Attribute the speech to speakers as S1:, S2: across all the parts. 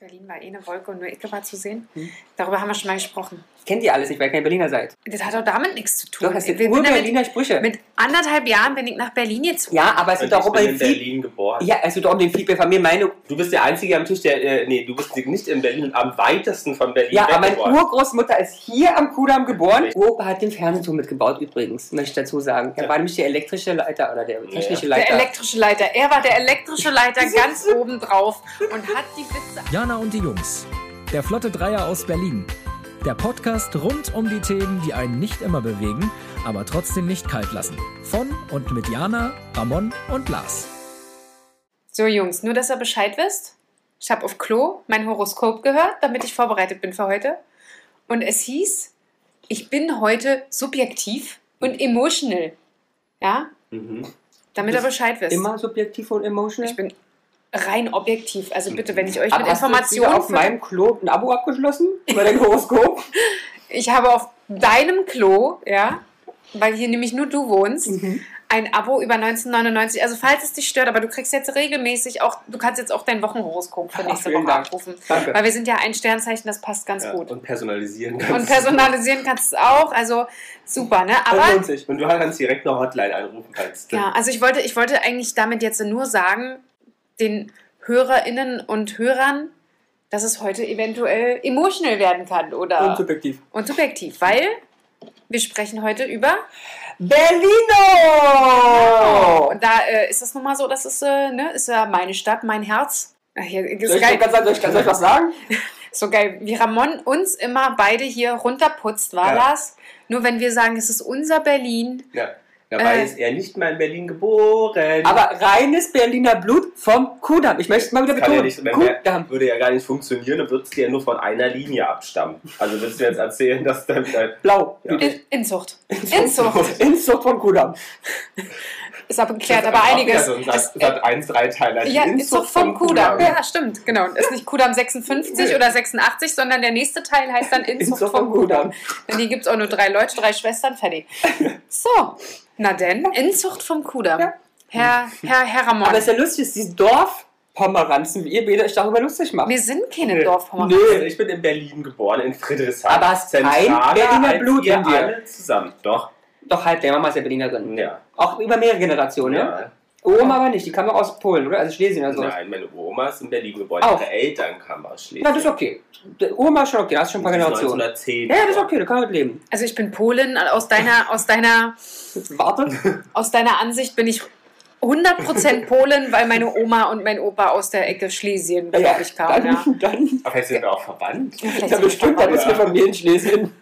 S1: Berlin war eh eine Wolke und nur Icke war zu sehen.
S2: Hm.
S1: Darüber haben wir schon mal gesprochen.
S2: Kennt ihr alles nicht, weil ihr kein Berliner seid.
S1: Das hat auch damit nichts zu tun.
S2: Doch, das sind
S1: Wir-
S2: nur
S1: damit-
S2: Berliner Sprüche.
S1: Mit anderthalb Jahren bin ich nach Berlin gezogen.
S2: ja, aber es
S3: Also
S2: wird auch
S3: ich
S2: um
S3: bin in
S2: ein Feedback.
S3: Berlin geboren.
S2: Ja, es wird auch um den Feedback von mir. Meine,
S3: Du bist der Einzige am Tisch, der. Äh, nee, du bist nicht in Berlin und am weitesten von Berlin
S2: ja, aber meine
S3: weggeboren.
S2: Urgroßmutter ist hier am Kudamm geboren.
S3: Richtig.
S2: Opa hat den Fernsehturm mitgebaut übrigens, möchte ich dazu sagen. Er
S3: Ja.
S2: war nämlich der elektrische Leiter oder der technische
S1: Der
S2: Leiter.
S1: elektrische Leiter. Er war der elektrische Leiter ganz oben drauf und hat die Witze
S4: Jana und die Jungs. Der Flotte Dreier aus Berlin. Der Podcast rund um die Themen, die einen nicht immer bewegen, aber trotzdem nicht kalt lassen. Von und mit Jana, Ramon und Lars.
S1: So, Jungs, nur dass ihr Bescheid wisst. Ich habe auf Klo mein Horoskop gehört, damit ich vorbereitet bin für heute. Und es hieß, ich bin heute subjektiv und emotional. Ja,
S3: Mhm.
S1: damit ihr
S2: Das
S1: Bescheid wisst.
S2: Immer subjektiv und emotional.
S1: Ich bin rein objektiv. Also bitte, wenn ich euch
S2: Aber
S1: mit
S2: hast du jetzt wieder
S1: Informationen.
S2: auf meinem Klo ein Abo abgeschlossen? Über dein Horoskop?
S1: ich habe auf deinem Klo, ja, weil hier nämlich nur du wohnst,
S2: Mhm.
S1: ein Abo über 1999. Also falls es dich stört, aber du kriegst jetzt regelmäßig auch, du kannst jetzt auch dein Wochenhoroskop für
S2: Ach,
S1: nächste
S2: vielen
S1: Woche
S2: Dank.
S1: abrufen.
S2: Danke.
S1: Weil wir sind ja ein Sternzeichen, das passt ganz
S3: Ja,
S1: gut.
S3: und personalisieren kannst.
S1: Und personalisieren kannst du es auch, also super, ne?
S2: Das
S1: Aber
S2: lohnt sich.
S3: Und du kannst direkt eine Hotline anrufen kannst.
S1: ja, also ich wollte, ich wollte eigentlich damit jetzt nur sagen, den HörerInnen und Hörern, dass es heute eventuell emotional werden kann oder
S2: Und subjektiv.
S1: und subjektiv, weil wir sprechen heute über
S2: Berlino!
S1: und da äh, ist das nun mal so, das ist, äh, ne, ist ja meine Stadt, mein Herz. Ach, hier, ist
S2: Soll ich,
S1: geil,
S2: ganz, soll, ich, soll ich was sagen?
S1: so geil, wie Ramon uns immer beide hier runterputzt, war
S3: Ja.
S1: das? Nur wenn wir sagen, es ist unser Berlin,
S3: Ja. Dabei
S1: Äh.
S3: ist er nicht mal in Berlin geboren.
S2: Aber reines Berliner Blut vom Kudamm. Ich möchte es mal wieder
S3: Das kann ja
S2: betonen.
S3: nicht, wenn wär,
S2: Kudamm.
S3: würde ja gar nicht funktionieren, dann würdest du ja nur von einer Linie abstammen. Also würdest du jetzt erzählen, dass dann dein.
S2: Blau.
S3: Ja.
S1: In, Inzucht. Inzucht.
S2: Inzucht von Kudamm.
S1: Ist aber geklärt, aber einiges.
S3: Ja, so ein
S1: Das,
S3: Sat, Sat 1 Dreiteiler. Die
S1: ja,
S3: Inzucht
S1: Inzucht vom Kudam.
S3: Kudamm.
S1: Ja, stimmt, genau. Ist nicht Kudam 56 oder 86, sondern der nächste Teil heißt dann Inzucht,
S2: Inzucht
S1: vom
S2: vom Kudam.
S1: Kudam. Denn hier gibt es auch nur drei Leute, drei Schwestern, fertig. So, na denn, Inzucht vom Kudam.
S2: Ja.
S1: Herr, Herr, Herr Ramon,
S2: Aber es ist ja lustig, dieses Dorf Pomeranzen, wie ihr beide euch darüber lustig macht.
S1: wir sind keine
S3: Nö.
S1: Dorfhommer.
S3: Nö, also ich bin in Berlin geboren, in Friedrichshain.
S2: Aber hast kein
S3: Zentraler
S2: Berliner
S3: als
S2: Blut
S3: ihr
S2: in dir.
S3: alle zusammen. Doch.
S2: Doch halt, der Mama ist ja Berlinerin.
S3: Ja.
S2: Auch über mehrere Generationen, ne?
S3: ja.
S2: Oma aber nicht, die kam doch aus Polen, oder? Also Schlesien oder so.
S3: Nein, meine Oma ist in Berlin geboren.
S2: Auch.
S3: Ihre Eltern kamen aus Schleswig.
S2: Na, das ist okay. Die Oma ist schon okay, da hast du schon ein paar
S3: Die ist
S2: Generationen.
S3: 1910.
S2: Ja, ja, das ist okay, da kann man mit leben.
S1: Also ich bin Polin, aus deiner, aus deiner,
S2: Warte.
S1: aus deiner Ansicht bin ich 100% Polin, weil meine Oma und mein Opa aus der Ecke Schlesien, glaube ich, kamen.
S2: dann,
S1: Ja.
S2: dann,
S3: Aber jetzt sind wir auch verwandt.
S1: Vielleicht
S2: dann
S1: sind wir
S2: bestimmt, dann
S1: verwandt.
S2: ist eine Familie in Schlesien.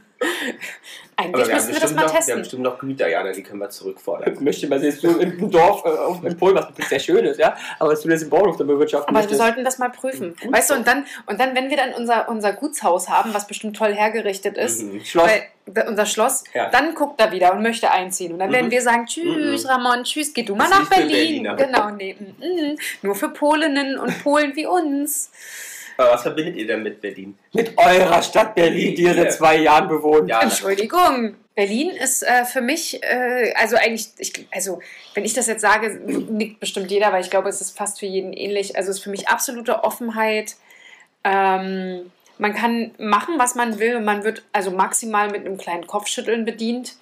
S1: Eigentlich
S3: haben
S1: müssen wir das
S3: bestimmt
S1: mal
S3: noch, Wir haben
S1: testen.
S3: bestimmt noch Güter, Jana, die können wir
S2: Ich
S3: zurückfordern.
S2: möchte mal sehen, dass du im Dorf, äh, auf, in Polen, was natürlich sehr schön ist, ja, aber dass du das im Bauernhof dann bewirtschaften
S1: Aber wir
S2: möchtest.
S1: sollten das mal prüfen. Weißt du, und dann, und dann, wenn wir dann unser, unser Gutshaus haben, was bestimmt toll hergerichtet ist,
S3: Mhm.
S2: Schloss.
S1: Weil, da- unser Schloss,
S3: Ja.
S1: dann guckt er wieder und möchte einziehen. Und dann werden wir sagen, tschüss,
S3: Mhm.
S1: Ramon, tschüss, geh du mal
S3: Ist
S1: nach
S3: nicht für
S1: Berlin.
S3: Berliner.
S1: Genau, nee. mm, mm. Nur für Polinnen und Polen wie uns.
S3: Aber was verbindet ihr denn mit Berlin?
S2: Mit eurer Stadt Berlin, die ihr seit zwei Jahren bewohnt.
S3: Ja,
S1: Entschuldigung. Berlin ist äh, für mich, äh, also eigentlich, ich, also wenn ich das jetzt sage, nickt bestimmt jeder, weil ich glaube, es ist fast für jeden ähnlich. Also es ist für mich absolute Offenheit. Ähm, man kann machen, was man will. Man wird also maximal mit einem kleinen Kopfschütteln bedient.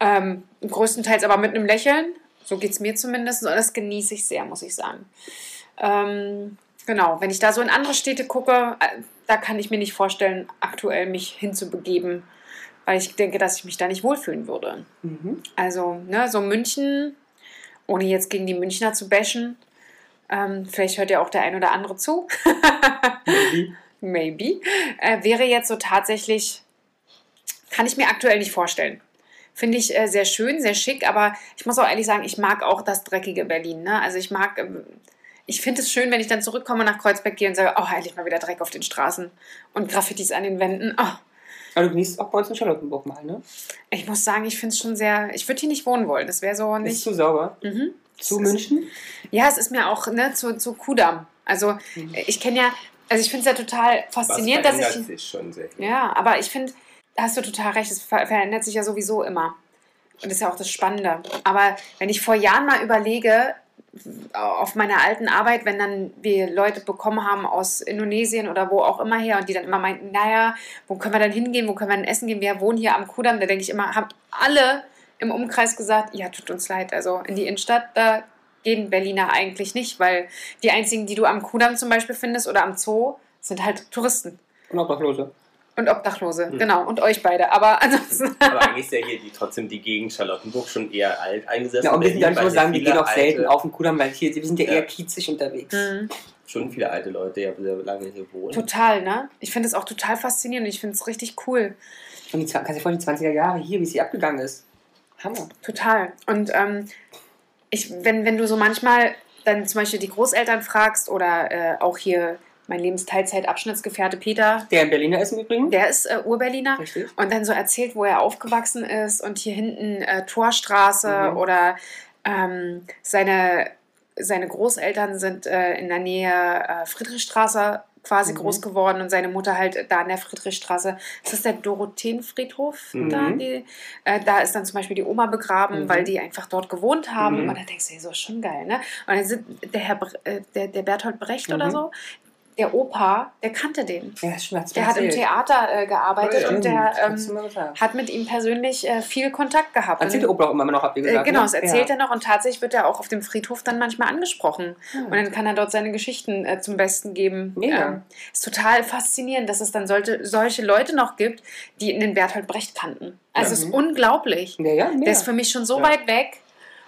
S1: Ähm, größtenteils aber mit einem Lächeln. So geht es mir zumindest. Und das genieße ich sehr, muss ich sagen. Ähm, genau, wenn ich da so in andere Städte gucke, äh, da kann ich mir nicht vorstellen, aktuell mich hinzubegeben, weil ich denke, dass ich mich da nicht wohlfühlen würde.
S2: Mhm.
S1: Also, ne, so München, ohne jetzt gegen die Münchner zu bashen, ähm, vielleicht hört ja auch der ein oder andere zu, maybe, äh, wäre jetzt so tatsächlich, kann ich mir aktuell nicht vorstellen. Finde ich äh, sehr schön, sehr schick, aber ich muss auch ehrlich sagen, ich mag auch das dreckige Berlin. Ne? Also ich mag, ähm, ich finde es schön, wenn ich dann zurückkomme nach Kreuzberg gehe und sage, oh, endlich mal wieder Dreck auf den Straßen und Graffitis an den Wänden. Oh,
S2: Aber Also du genießt auch bei uns in Charlottenburg mal, ne?
S1: ich muss sagen, ich finde es schon sehr, ich würde hier nicht wohnen wollen. Das wäre so
S2: Nicht
S1: nicht.
S2: zu sauber.
S1: Mhm.
S2: Zu
S1: ist-
S2: München?
S1: Ja, es ist mir auch ne, zu, zu Kudamm. Also ich kenne ja, also ich finde es ja total faszinierend, dass ich.
S3: sich schon sehr.
S1: Ja, aber ich finde, da hast du total recht, es ver verändert sich ja sowieso immer. Und das ist ja auch das Spannende. Aber wenn ich vor Jahren mal überlege, auf meiner alten Arbeit, wenn dann wir Leute bekommen haben aus Indonesien oder wo auch immer her und die dann immer meinten, naja, wo können wir dann hingehen, wo können wir denn essen gehen, wir wohnen hier am Kudamm, da denke ich immer, haben alle im Umkreis gesagt, ja, tut uns leid, also in die Innenstadt, da gehen Berliner eigentlich nicht, weil die einzigen, die du am Kudamm zum Beispiel findest oder am Zoo, sind halt Touristen
S2: Und Obdachlose.
S1: und Obdachlose, genau, und euch beide, aber also, ansonsten...
S3: Aber eigentlich ist ja hier die, trotzdem die Gegend Charlottenburg schon eher alt eingesessen.
S2: Ja, und wir sind ja, ich
S3: Berlin,
S2: muss
S3: weil
S2: sagen, wir
S3: viele
S2: gehen auch
S3: alte-
S2: selten auf den Kudamm, weil hier, wir sind ja
S3: Ja.
S2: eher kiezig unterwegs.
S1: Mhm.
S3: Schon viele alte Leute ja sehr lange hier wohnen.
S1: Total, ne? Ich finde es auch total faszinierend. Ich finde es richtig cool.
S2: Und die, kannst du dir vorstellen, die 20er Jahre hier, wie es hier abgegangen ist. Hammer.
S1: Total. Und ähm, ich, wenn, wenn du so manchmal dann zum Beispiel die Großeltern fragst oder äh, auch hier mein Lebensteilzeitabschnittsgefährte Peter,
S2: Der in Berliner ist im Übrigen.
S1: der ist äh, Urberliner
S2: Richtig.
S1: und dann so erzählt, wo er aufgewachsen ist und hier hinten äh, Torstraße
S2: Mhm.
S1: oder ähm, seine, seine Großeltern sind äh, in der Nähe äh, Friedrichstraße quasi
S2: Mhm.
S1: groß geworden und seine Mutter halt da in der Friedrichstraße. Ist das der Dorotheenfriedhof
S3: Mhm.
S1: da? Die, äh, da ist dann zum Beispiel die Oma begraben,
S2: Mhm.
S1: weil die einfach dort gewohnt haben.
S2: Mhm.
S1: Und dann denkst du, ey, so ist schon geil, ne? Und dann sind der Herr, Bre- äh, der, der Berthold Brecht
S2: Mhm.
S1: oder so, der Opa, der kannte den.
S2: Ja, schon hat's
S1: Der hat im Theater äh, gearbeitet
S3: Ja,
S1: und der ähm,
S2: ähm,
S1: hat mit ihm persönlich äh, viel Kontakt gehabt.
S2: Erzählt der
S1: und,
S2: Opa auch immer noch, habt ihr
S1: äh,
S2: gesagt.
S1: genau,
S2: ne?
S1: das erzählt
S2: ja.
S1: er noch und tatsächlich wird er auch auf dem Friedhof dann manchmal angesprochen.
S2: Hm.
S1: Und dann kann er dort seine Geschichten äh, zum Besten geben.
S2: Mega.
S1: Ähm, ist total faszinierend, dass es dann sollte, solche Leute noch gibt, die in den Berthold Brecht kannten. Also es
S2: Mhm.
S1: ist unglaublich.
S2: Ja, ja, mega.
S1: Der ist für mich schon so
S3: Ja.
S1: weit weg.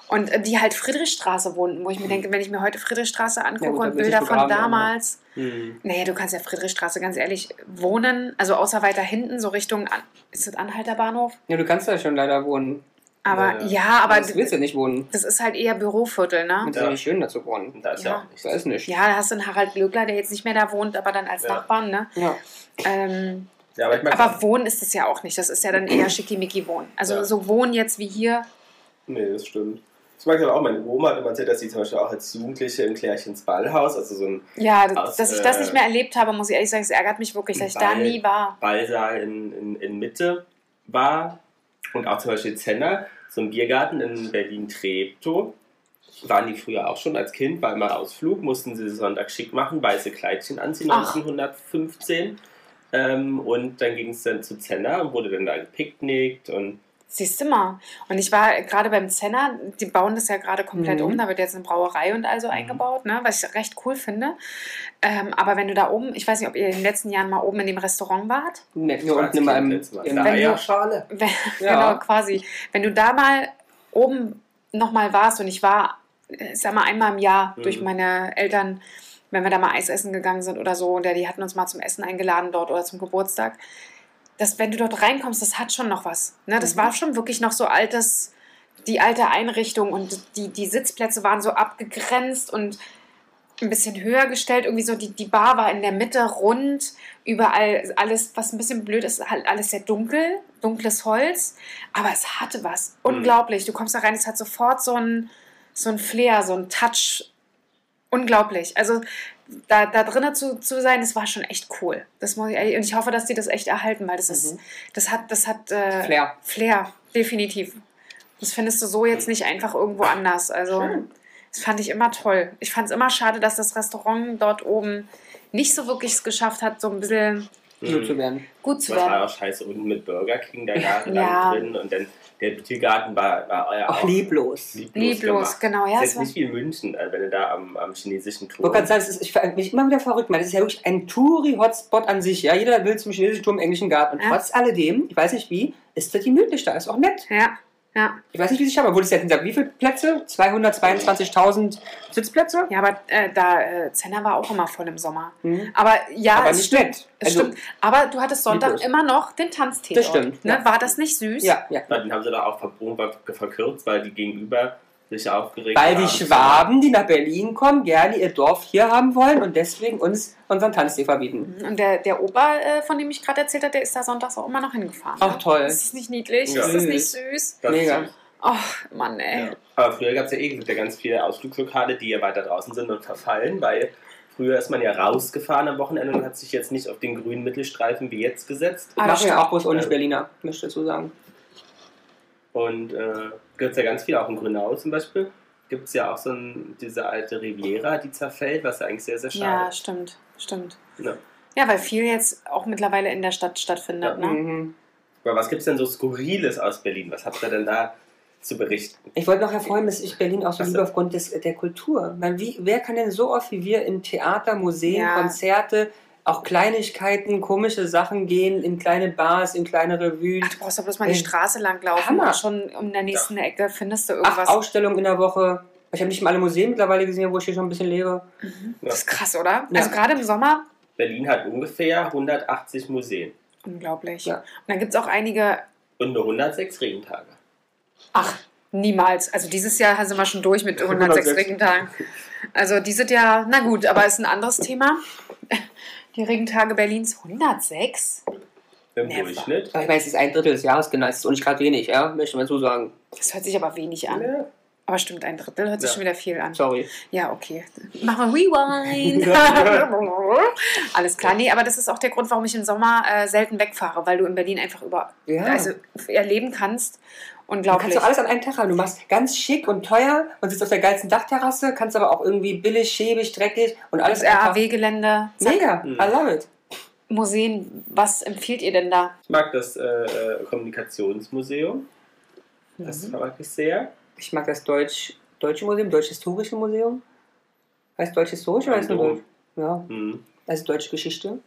S1: Und äh, die halt Friedrichstraße wohnten, wo ich mir denke, wenn ich mir heute Friedrichstraße angucke
S2: Hm. gut, dann
S1: und
S2: bist du
S1: Bilder von
S2: begraben, aber-
S1: damals.
S3: Hm.
S1: Naja, du kannst ja Friedrichstraße ganz ehrlich wohnen, also außer weiter hinten, so Richtung, An ist das Anhalter Bahnhof?
S2: ja, du kannst da schon leider wohnen.
S1: Aber
S3: Ja,
S1: ja,
S3: ja.
S1: aber
S2: das willst du nicht wohnen.
S1: das ist halt eher Büroviertel,
S2: Und
S1: ne?
S2: es ist ja
S3: Ja.
S2: nicht schön, da zu wohnen.
S3: Und da ist ja,
S1: Ja.
S3: auch nichts.
S2: Da ist nichts.
S1: Ja, da hast du einen Harald Glöckler, der jetzt nicht mehr da wohnt, aber dann als
S3: Ja.
S1: Nachbarn, ne?
S2: Ja.
S1: Ähm,
S3: Ja, aber ich mag
S1: aber Wohnen ist es ja auch nicht. Das ist ja dann eher schickimicki Wohnen. Also
S3: Ja.
S1: so Wohnen jetzt wie hier.
S3: Nee, das stimmt. Ich mag aber auch, meine Oma hat immer erzählt, dass sie zum Beispiel auch als Jugendliche in Klärchens Ballhaus, also so ein
S1: Ja, das,
S3: Aus,
S1: dass ich
S3: äh,
S1: das nicht mehr erlebt habe, muss ich ehrlich sagen, es ärgert mich wirklich, dass ich da
S3: Weil-
S1: nie war.
S3: Ballsaal in, in, in Mitte war und auch zum Beispiel Zenner, so ein Biergarten in Berlin-Treptow. Waren die früher auch schon als Kind, war immer Ausflug, mussten sie Sonntag schick machen, weiße Kleidchen anziehen,
S1: Ach.
S3: 1915. Ähm, und dann ging es dann zu Zenner und wurde dann da gepicknickt und
S1: Siehst du mal. Und ich war gerade beim Zenner, die bauen das ja gerade komplett
S2: Mhm.
S1: um, da wird jetzt eine Brauerei und also eingebaut, ne? was ich recht cool finde. Ähm, aber wenn du da oben, ich weiß nicht, ob ihr in den letzten Jahren mal oben in dem Restaurant wart,
S2: Ne, nur
S3: Schwarz
S2: unten immer im,
S3: Kind jetzt mal.
S2: im
S3: Da, ja.
S2: Schale.
S1: Wenn,
S2: Ja.
S1: Genau, quasi. Wenn du da mal oben nochmal warst und ich war, äh, sag mal, einmal im Jahr
S3: Mhm.
S1: durch meine Eltern, wenn wir da mal Eis essen gegangen sind oder so, oder die hatten uns mal zum Essen eingeladen dort oder zum Geburtstag, dass wenn du dort reinkommst, das hat schon noch was. Ne? Das
S2: Mhm.
S1: war schon wirklich noch so altes, die alte Einrichtung und die, die Sitzplätze waren so abgegrenzt und ein bisschen höher gestellt, irgendwie so die, die Bar war in der Mitte rund, überall alles, was ein bisschen blöd ist, halt alles sehr dunkel, dunkles Holz, aber es hatte was.
S3: Mhm.
S1: Unglaublich. Du kommst da rein, es hat sofort so ein, so ein Flair, so ein Touch. Unglaublich. Also da, da drinnen zu, zu sein, das war schon echt cool. Das muss ich, ehrlich- und ich hoffe, dass die das echt erhalten, weil das ist,
S2: Mhm.
S1: das hat, das hat äh,
S2: Flair.
S1: Flair, definitiv. Das findest du so jetzt nicht einfach irgendwo anders. Also,
S2: Schön.
S1: das fand ich immer toll. Ich fand es immer schade, dass das Restaurant dort oben nicht so wirklich es geschafft hat, so ein bisschen
S3: Mhm.
S2: So zu werden.
S1: gut zu
S3: Das war
S1: werden.
S3: auch scheiße unten mit Burger King da jahrelang
S1: Ja.
S3: drin und dann der Biergarten war, war ja
S2: Auch
S3: auch
S2: lieblos.
S3: lieblos,
S1: Lieblos,
S3: gemacht.
S1: genau. Ja, es
S3: Das ist jetzt
S1: war,
S3: nicht wie in München, äh, wenn du da am, am chinesischen
S2: Ich wollte
S3: Turm.
S2: gerade sagen, das ist, ich ver- mich immer wieder verrückt, man. Das ist ja wirklich ein Touri-Hotspot an sich. Ja? Jeder will zum chinesischen Turm im englischen Garten. Und
S1: Ja.
S2: trotz alledem, ich weiß nicht wie, ist das gemütlich da. Ist auch nett.
S1: ja, ja.
S2: Ich weiß nicht, wie sich aber, obwohl es ja gesagt, wie viele Plätze? 222.000 Sitzplätze?
S1: ja, aber äh, da, äh, Zenner war auch immer voll im Sommer.
S2: Mhm.
S1: Aber ja,
S2: aber
S1: es
S2: nicht
S1: stimmt.
S2: nett. Also,
S1: Es stimmt. Aber du hattest Sonntag
S2: Lieblos.
S1: immer noch den Tanztee.
S2: Das
S1: dort,
S2: stimmt,
S1: Ne?
S2: ja.
S1: War das nicht süß?
S2: Ja, ja.
S3: Ja, Den haben sie da auch verbogen, ver- verkürzt, weil die gegenüber sich aufgeregt
S2: Weil
S3: haben.
S2: die Schwaben, die nach Berlin kommen, gerne ihr Dorf hier haben wollen und deswegen uns unseren Tanztee verbieten.
S1: Und der, der Opa, äh, von dem ich gerade erzählt habe, der ist da sonntags auch immer noch hingefahren.
S2: Ach,
S1: ne?
S2: toll.
S1: Ist das nicht niedlich?
S3: Ja.
S1: Ist das nicht süß?
S3: Das
S2: Mega.
S3: ist-
S1: Ach, Mann, ey.
S3: Ja. Aber früher gab es ja eh gibt ja ganz viele Ausflugslokale, die ja weiter draußen sind und verfallen, weil früher ist man ja rausgefahren am Wochenende und hat sich jetzt nicht auf den grünen Mittelstreifen wie jetzt gesetzt.
S1: Ah, das
S2: Machen ja
S1: stimmt.
S2: auch bloß ohne
S3: Ja.
S2: Berliner, möchte ich dazu sagen.
S3: Und äh, gibt es ja ganz viele, auch in Grünau zum Beispiel. gibt es ja auch so ein, diese alte Riviera, die zerfällt, was eigentlich sehr, sehr
S1: Ja,
S3: schade ist.
S1: stimmt, stimmt.
S3: Ja.
S1: Ja, weil viel jetzt auch mittlerweile in der Stadt stattfindet, ne?
S2: Mhm.
S3: Aber was gibt es denn so Skurriles aus Berlin? Was habt ihr denn da zu berichten?
S2: Ich wollte noch hervorheben, dass ich Berlin auch so
S3: Ach so.
S2: liebe aufgrund des, der Kultur. Man, wie, wer kann denn so oft wie wir in Theater, Museen,
S1: Ja.
S2: Konzerte, auch Kleinigkeiten, komische Sachen gehen, in kleine Bars, in kleine Revuen,
S1: Ach, du brauchst doch bloß mal die
S2: Ey.
S1: Straße lang laufen
S2: Hammer.
S1: und schon um der nächsten Ecke findest du
S2: acht
S1: irgendwas.
S2: Ausstellungen in der Woche. Ich habe nicht mal alle Museen mittlerweile gesehen, wo ich hier schon ein bisschen lebe.
S1: Das ist krass, oder?
S2: Ja.
S1: Also gerade im Sommer,
S3: Berlin hat ungefähr 180 Museen
S1: unglaublich.
S2: Ja.
S1: Und dann gibt es auch einige,
S3: und nur 106 Regentage.
S1: ach, niemals. Also dieses Jahr sind wir schon durch mit 106
S3: 106.
S1: Regentagen. Also die sind ja, na gut, aber ist ein anderes Thema. Die Regentage Berlins 106?
S3: Im
S1: Never.
S3: Durchschnitt.
S2: Aber ich meine, es ist ein Drittel des Jahres genau, es ist auch nicht gerade wenig, ja, möchte man so sagen.
S1: Das hört sich aber wenig an.
S3: Ja.
S1: Aber stimmt, ein Drittel hört sich
S3: Ja.
S1: schon wieder viel an.
S2: Sorry.
S1: Ja, okay. Machen wir Rewind. Alles klar. Nee, aber das ist auch der Grund, warum ich im Sommer äh, selten wegfahre, weil du in Berlin einfach über
S2: Ja.
S1: also, erleben kannst.
S2: Du
S1: Unglaublich.
S2: kannst doch alles an einem Tag haben. Du machst ganz schick und teuer und sitzt auf der geilsten Dachterrasse, kannst aber auch irgendwie billig, schäbig, dreckig und alles
S1: das
S2: einfach-
S1: RAW-Gelände,
S2: Mega, I
S3: Mhm.
S2: love it.
S1: Museen. Was empfiehlt ihr denn da?
S3: Ich mag das äh, äh, Kommunikationsmuseum. Das mag ich sehr.
S2: Ich mag das Deutsch, Deutsche Museum, Deutsch Historische Museum. Heißt Deutsch Historisch oder heißt nur
S3: Hamburg.
S2: Deutsch? Ja,
S3: Hm.
S2: also Deutsche Geschichte.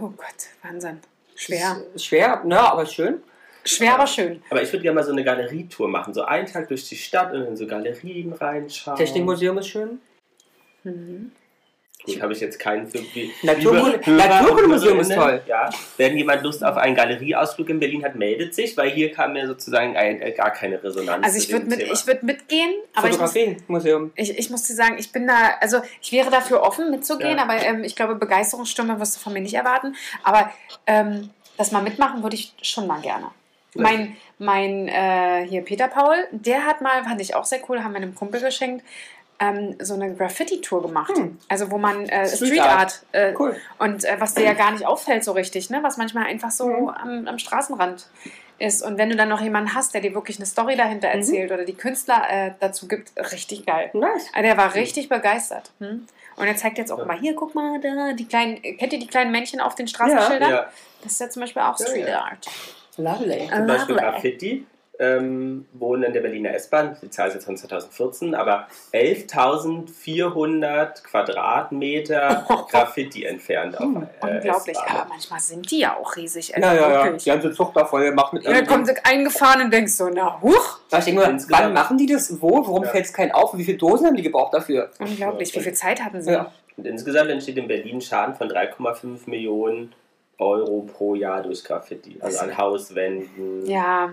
S1: Oh Gott, Wahnsinn. Schwer.
S2: Ist schwer, na, aber schön.
S1: Schwer, aber schön.
S3: Aber ich würde gerne mal so eine Galerietour machen. So einen Tag durch die Stadt und in so Galerien reinschauen.
S2: Technikmuseum ist schön.
S1: Mhm.
S3: Gut, habe ich jetzt keinen für die.
S2: Naturkunde-
S3: liebe Hörer
S2: Naturkundemuseum ist
S3: und
S2: toll.
S3: Hörerinnen, Ja. Wenn jemand Lust auf einen Galerieausflug in Berlin hat, meldet sich, weil hier kam mir sozusagen ein, äh, gar keine Resonanz.
S1: Also ich
S3: zu
S1: würde
S3: dem
S1: mit,
S3: Thema.
S1: ich würd mitgehen, aber ich muss,
S2: Fotografie-Museum.
S1: ich, ich muss dir sagen, ich bin da, also ich wäre dafür offen mitzugehen,
S3: Ja.
S1: aber ähm, ich glaube, Begeisterungsstürme wirst du von mir nicht erwarten. Aber ähm, das mal mitmachen würde ich schon mal gerne.
S3: Ja.
S1: Mein, mein äh, hier Peter Paul, der hat mal, fand ich auch sehr cool, haben wir einem Kumpel geschenkt, ähm, so eine Graffiti-Tour gemacht.
S2: Hm.
S1: Also wo man äh,
S2: Street
S1: Street, Art, äh,
S2: Cool.
S1: und äh, was dir ja gar nicht auffällt so richtig, ne? was manchmal einfach so
S2: Mhm.
S1: am, am Straßenrand ist. Und wenn du dann noch jemanden hast, der dir wirklich eine Story dahinter erzählt oder die Künstler äh, dazu gibt, richtig geil.
S2: Nice.
S1: Also der war richtig begeistert. Hm? Und er zeigt jetzt auch
S3: Ja.
S1: mal hier, guck mal, da, die kleinen, äh, kennt ihr die kleinen Männchen auf den Straßenschildern?
S3: ja,
S1: Das ist ja zum Beispiel auch
S3: Ja,
S1: Street
S3: ja.
S1: Art.
S2: Lovely.
S3: zum Beispiel
S1: Lovely.
S3: Graffiti. Ähm, wohnen in der Berliner S-Bahn, die Zahl ist jetzt von 2014, aber 11.400 Quadratmeter Graffiti entfernt. Auf, äh,
S1: Hm, Unglaublich,
S3: S-Bahn.
S1: aber manchmal sind die ja auch riesig. Also
S2: Ja, ja, ja.
S1: wirklich.
S2: Die ganze Zucht da voll gemacht mit
S1: Und dann kommt sie eingefahren und denkst so, na huch.
S2: Da ich denke mal,
S3: Insgesamt.
S2: wann machen die das? Wo? Warum
S3: Ja.
S2: fällt es keinen auf? Wie viele Dosen haben die gebraucht dafür?
S1: Unglaublich,
S3: Ja,
S1: wie viel Zeit hatten sie?
S2: Ja.
S3: Und insgesamt entsteht in Berlin Schaden von 3,5 Millionen Euro pro Jahr durch Graffiti. Also an Hauswänden.
S1: Ja,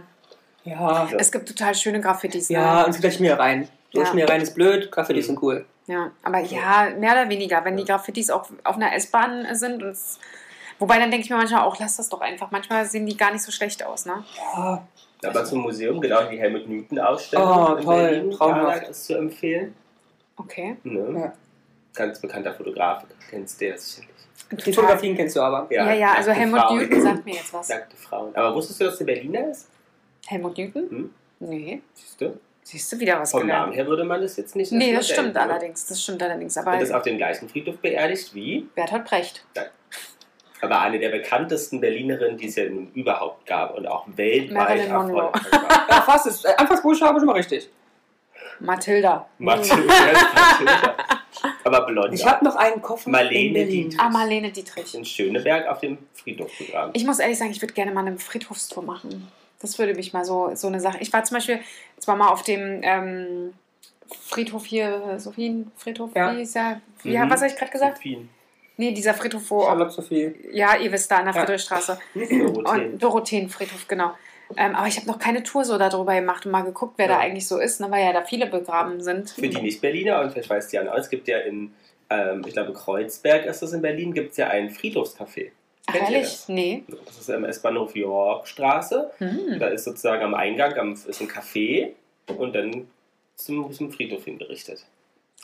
S2: Ja.
S1: es gibt total schöne Graffitis. ne?
S2: Ja, und es geht mir rein.
S1: Ja.
S2: Durch mir rein ist blöd, Graffiti
S3: Mhm.
S2: sind cool.
S1: Ja, aber ja, mehr oder weniger, wenn die Graffitis auch auf einer S-Bahn sind. Und es, wobei dann denke ich mir manchmal auch, lass das doch einfach. Manchmal sehen die gar nicht so schlecht aus, ne?
S2: Ja.
S3: Aber
S1: Also-
S3: zum Museum, genau die Helmut-Newton-Ausstellung.
S2: Oh,
S3: in
S2: toll,
S3: Berlin,
S2: traumhaft.
S3: Ja, ist zu empfehlen.
S1: Okay.
S3: Ne?
S2: Ja.
S3: Ganz bekannter Fotograf, kennst du ja sicherlich.
S2: Die Fotografien kennst du aber.
S1: Ja, ja, also
S3: nackte
S1: Helmut
S3: Frauen.
S1: Newton sagt mir jetzt was.
S3: Nackte Frauen. Aber wusstest du, dass der Berliner ist?
S1: Helmut Newton?
S3: Hm?
S1: Nee.
S3: Siehst du?
S1: Siehst du wieder was
S3: Vom Namen
S1: gelernt?
S3: her würde man das jetzt nicht
S1: Nee,
S3: erstmal
S1: das stimmt
S3: denken, ne?
S1: allerdings. Das stimmt allerdings.
S3: Und ist
S1: Aber
S3: auf dem gleichen Friedhof beerdigt wie
S1: Bertolt Brecht.
S3: Aber eine der bekanntesten Berlinerinnen, die es ja nun überhaupt gab und auch weltweit
S1: Marilyn Monroe.
S3: erfolgreich war.
S2: Ja, fast. Ist, äh, Anfangsbuchstabe schon mal richtig.
S1: Mathilda.
S3: Mathilde, Mathilde. Aber blond.
S2: Ich habe noch einen Koffer in
S3: Marlene
S2: Berlin.
S3: Dietrich.
S1: Ah, Marlene Dietrich.
S3: in Schöneberg auf dem Friedhof begraben.
S1: Ich muss ehrlich sagen, ich würde gerne mal eine Friedhofstour machen. Das würde mich mal so, so eine Sache. Ich war zum Beispiel zwar mal auf dem ähm, Friedhof hier, Sophienfriedhof,
S2: Ja.
S1: wie ist der? Wie,
S3: Mhm.
S1: Was habe ich gerade gesagt?
S3: Sophien.
S1: Nee, dieser Friedhof, wo.
S2: Charlotte Sophie.
S1: Ja, ihr wisst, da an der
S2: Ja.
S1: Friedrichstraße.
S3: Dorothee.
S1: Und Dorotheenfriedhof, genau. Ähm, aber ich habe noch keine Tour so darüber gemacht und mal geguckt, wer
S3: Ja.
S1: da eigentlich so ist, ne, weil ja da viele begraben sind.
S3: Für die Nicht-Berliner, und vielleicht weiß die Jan auch, es gibt ja in, ähm, ich glaube, Kreuzberg ist das in Berlin, gibt es ja ein Friedhofscafé.
S1: Ach,
S3: Kennt ihr
S1: ehrlich? Nee.
S3: Das Das ist im S-Bahnhof Yorkstraße.
S1: Hm.
S3: Da ist sozusagen am Eingang am, ist ein Café und dann zum, zum Friedhof hingerichtet.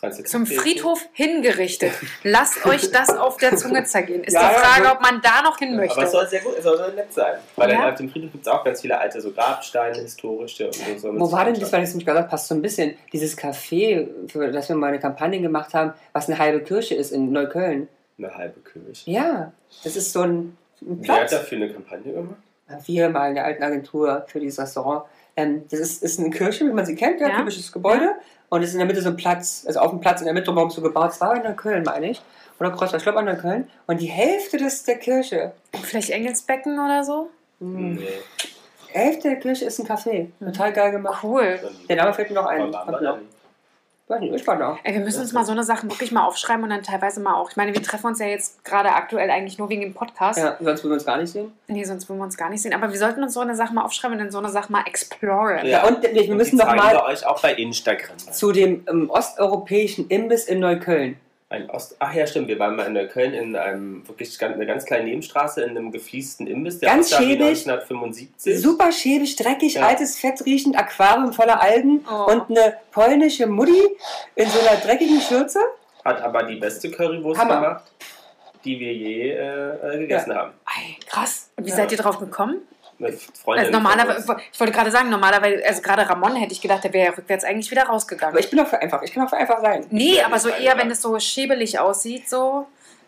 S3: Also
S1: Zum
S3: Kaffee-
S1: Friedhof hingerichtet. Lasst euch das auf der Zunge zergehen. Ist
S2: Ja,
S1: die
S2: ja,
S1: Frage,
S2: ja.
S1: ob man da noch hin
S3: Aber es
S1: möchte.
S3: soll sehr gut, es soll sehr nett sein. Weil
S1: Ja.
S3: dann auf dem Friedhof gibt es auch ganz viele alte so Grabsteine, historische und so. soll man
S2: Wo
S3: sich
S2: war denn
S3: anschauen.
S2: das, weil ich es nicht gesagt passt so ein bisschen, dieses Café, für das wir mal eine Kampagne gemacht haben, was eine halbe Kirche ist in Neukölln?
S3: Eine halbe Kirche.
S2: Ja, das ist so ein, ein
S3: Wer hat
S2: Platz.
S3: dafür eine Kampagne gemacht?
S2: Wir mal in der alten Agentur für dieses Restaurant. Ähm, das ist, ist eine Kirche, wie man sie kennt, ja,
S1: Ja.
S2: typisches Gebäude. Und es ist in der Mitte so ein Platz, also auf dem Platz in der Mitte drumherum so gebaut. Es war in Neukölln, meine ich. Oder Kreuzberg, ich glaube in Neukölln. Und die Hälfte des, der Kirche,
S1: Vielleicht Engelsbecken oder so?
S2: mh,
S3: Nee.
S2: Hälfte der Kirche ist ein Café. Total geil gemacht.
S1: Cool.
S2: Der Name fällt mir noch Genau, ein.
S3: Wann waren
S2: Ich
S3: wir denn?
S2: weiß nicht, ich war da.
S1: Ey, wir müssen uns mal so eine Sachen wirklich mal aufschreiben und dann teilweise mal auch. Ich meine, wir treffen uns ja jetzt gerade aktuell eigentlich nur wegen dem Podcast.
S2: Ja, sonst würden wir uns gar nicht sehen.
S1: Nee, sonst würden wir uns gar nicht sehen. Aber wir sollten uns so eine Sache mal aufschreiben und dann so eine Sache mal exploren.
S2: Ja,
S3: Ja.
S2: und wir
S3: Und
S2: müssen
S3: die
S2: doch
S3: zeigen
S2: mal
S3: wir euch auch bei Instagram.
S2: zu dem ähm, osteuropäischen Imbiss in Neukölln.
S3: Ein Ost Ach ja, stimmt. Wir waren mal in Neukölln in einem wirklich ganz, eine ganz kleine Nebenstraße in einem gefliesten Imbiss. Der
S2: Ganz
S3: aussah wie
S2: schäbig.
S3: 1975.
S2: Super schäbig, dreckig,
S3: Ja.
S2: altes, fettriechend Aquarium voller Algen
S1: Oh.
S2: und eine polnische Mutti in so einer dreckigen Schürze.
S3: Hat aber die beste Currywurst
S2: Hammer.
S3: gemacht, die wir je äh, äh, gegessen haben.
S1: Ey, krass. Und wie
S3: Ja.
S1: seid ihr drauf gekommen?
S3: Mit
S1: Also
S3: Freundinnen von
S1: normalerweise,
S3: uns.
S1: ich wollte gerade sagen, normalerweise, also gerade Ramon hätte ich gedacht, der wäre ja rückwärts eigentlich wieder rausgegangen.
S2: Aber ich bin auch für einfach, ich kann auch für einfach sein.
S1: nee,
S3: Ja,
S1: aber
S3: ich
S1: so
S3: meine,
S1: eher,
S3: ja.
S1: wenn es so schäbelig aussieht, so.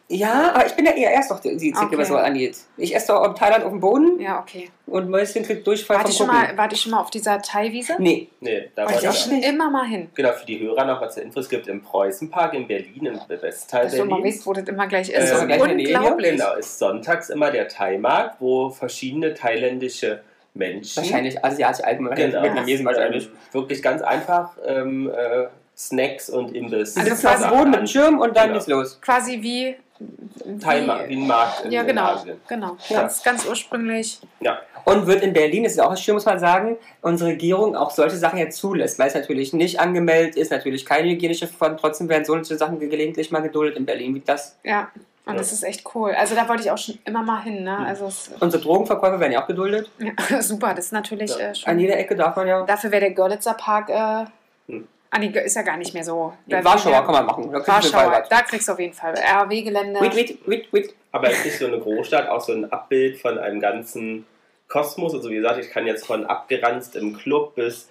S2: Ja, aber ich bin ja eher erst noch die die Zicke,
S1: Okay.
S2: was sowas angeht. Ich esse doch auf Thailand auf dem Boden
S1: Ja, okay.
S2: und Mäuschen kriegt Durchfall
S1: Warte ich, schon
S2: vom
S1: mal,
S2: Gucken.
S1: wart ihr schon mal auf dieser Thai-Wiese?
S2: Nee,
S3: Nee, da
S1: Wollte
S3: war
S2: Weiß
S1: ich
S3: ich
S1: auch
S2: nicht.
S1: schon immer mal hin.
S3: Genau, für die Hörer noch mal zur Info. Es gibt im Preußenpark in Berlin, im Westteil
S1: Dass du
S3: Berlins.
S1: immer weißt, Also wo das immer gleich
S3: Äh,
S1: ist.
S3: ist doch
S2: gleich in der Nähe.
S1: Unglaublich.
S3: Genau, ist sonntags immer der Thai-Markt, wo verschiedene thailändische Menschen.
S2: wahrscheinlich asiatische Algen,
S3: Genau.
S2: Vietnamesen wahrscheinlich.
S3: Ähm, Wirklich ganz einfach ähm, äh, Snacks und Imbiss.
S2: Die
S1: Also
S2: sitzen auf dem Boden mit dem Schirm und dann
S3: Genau.
S2: geht's los.
S1: Quasi wie. wie-
S3: Thai-Markt, wie ein Markt in,
S1: Ja,
S3: in
S1: genau.
S3: Asien.
S1: genau.
S3: Ja.
S1: Ganz, ganz ursprünglich.
S3: Ja,
S2: Und wird in Berlin, das ist auch schön, muss man sagen, unsere Regierung auch solche Sachen ja zulässt, weil es natürlich nicht angemeldet ist, natürlich keine hygienische Verfahren, trotzdem werden solche Sachen gelegentlich mal geduldet in Berlin, wie das.
S1: Ja. Und
S3: Ja.
S1: das ist echt cool. Also da wollte ich auch schon immer mal hin.
S2: Hm.
S1: Ne? Also es,
S2: Unsere Drogenverkäufer werden ja auch geduldet.
S1: ja, super, das ist natürlich
S3: Ja.
S1: äh,
S2: An
S1: schon.
S2: jeder Ecke darf man ja.
S1: Dafür wäre der Görlitzer Park. Äh,
S3: Hm.
S1: Ah, nee, ist ja gar nicht mehr so. Da-
S2: In Warschau kann man machen. Da kriegst du
S1: Warschauer,
S2: einen
S1: da kriegst du auf jeden Fall. RW-Gelände.
S2: Wait, wait, wait, wait.
S3: aber es ist nicht so eine Großstadt, auch so ein Abbild von einem ganzen Kosmos. Also wie gesagt, ich kann jetzt von abgeranzt im Club bis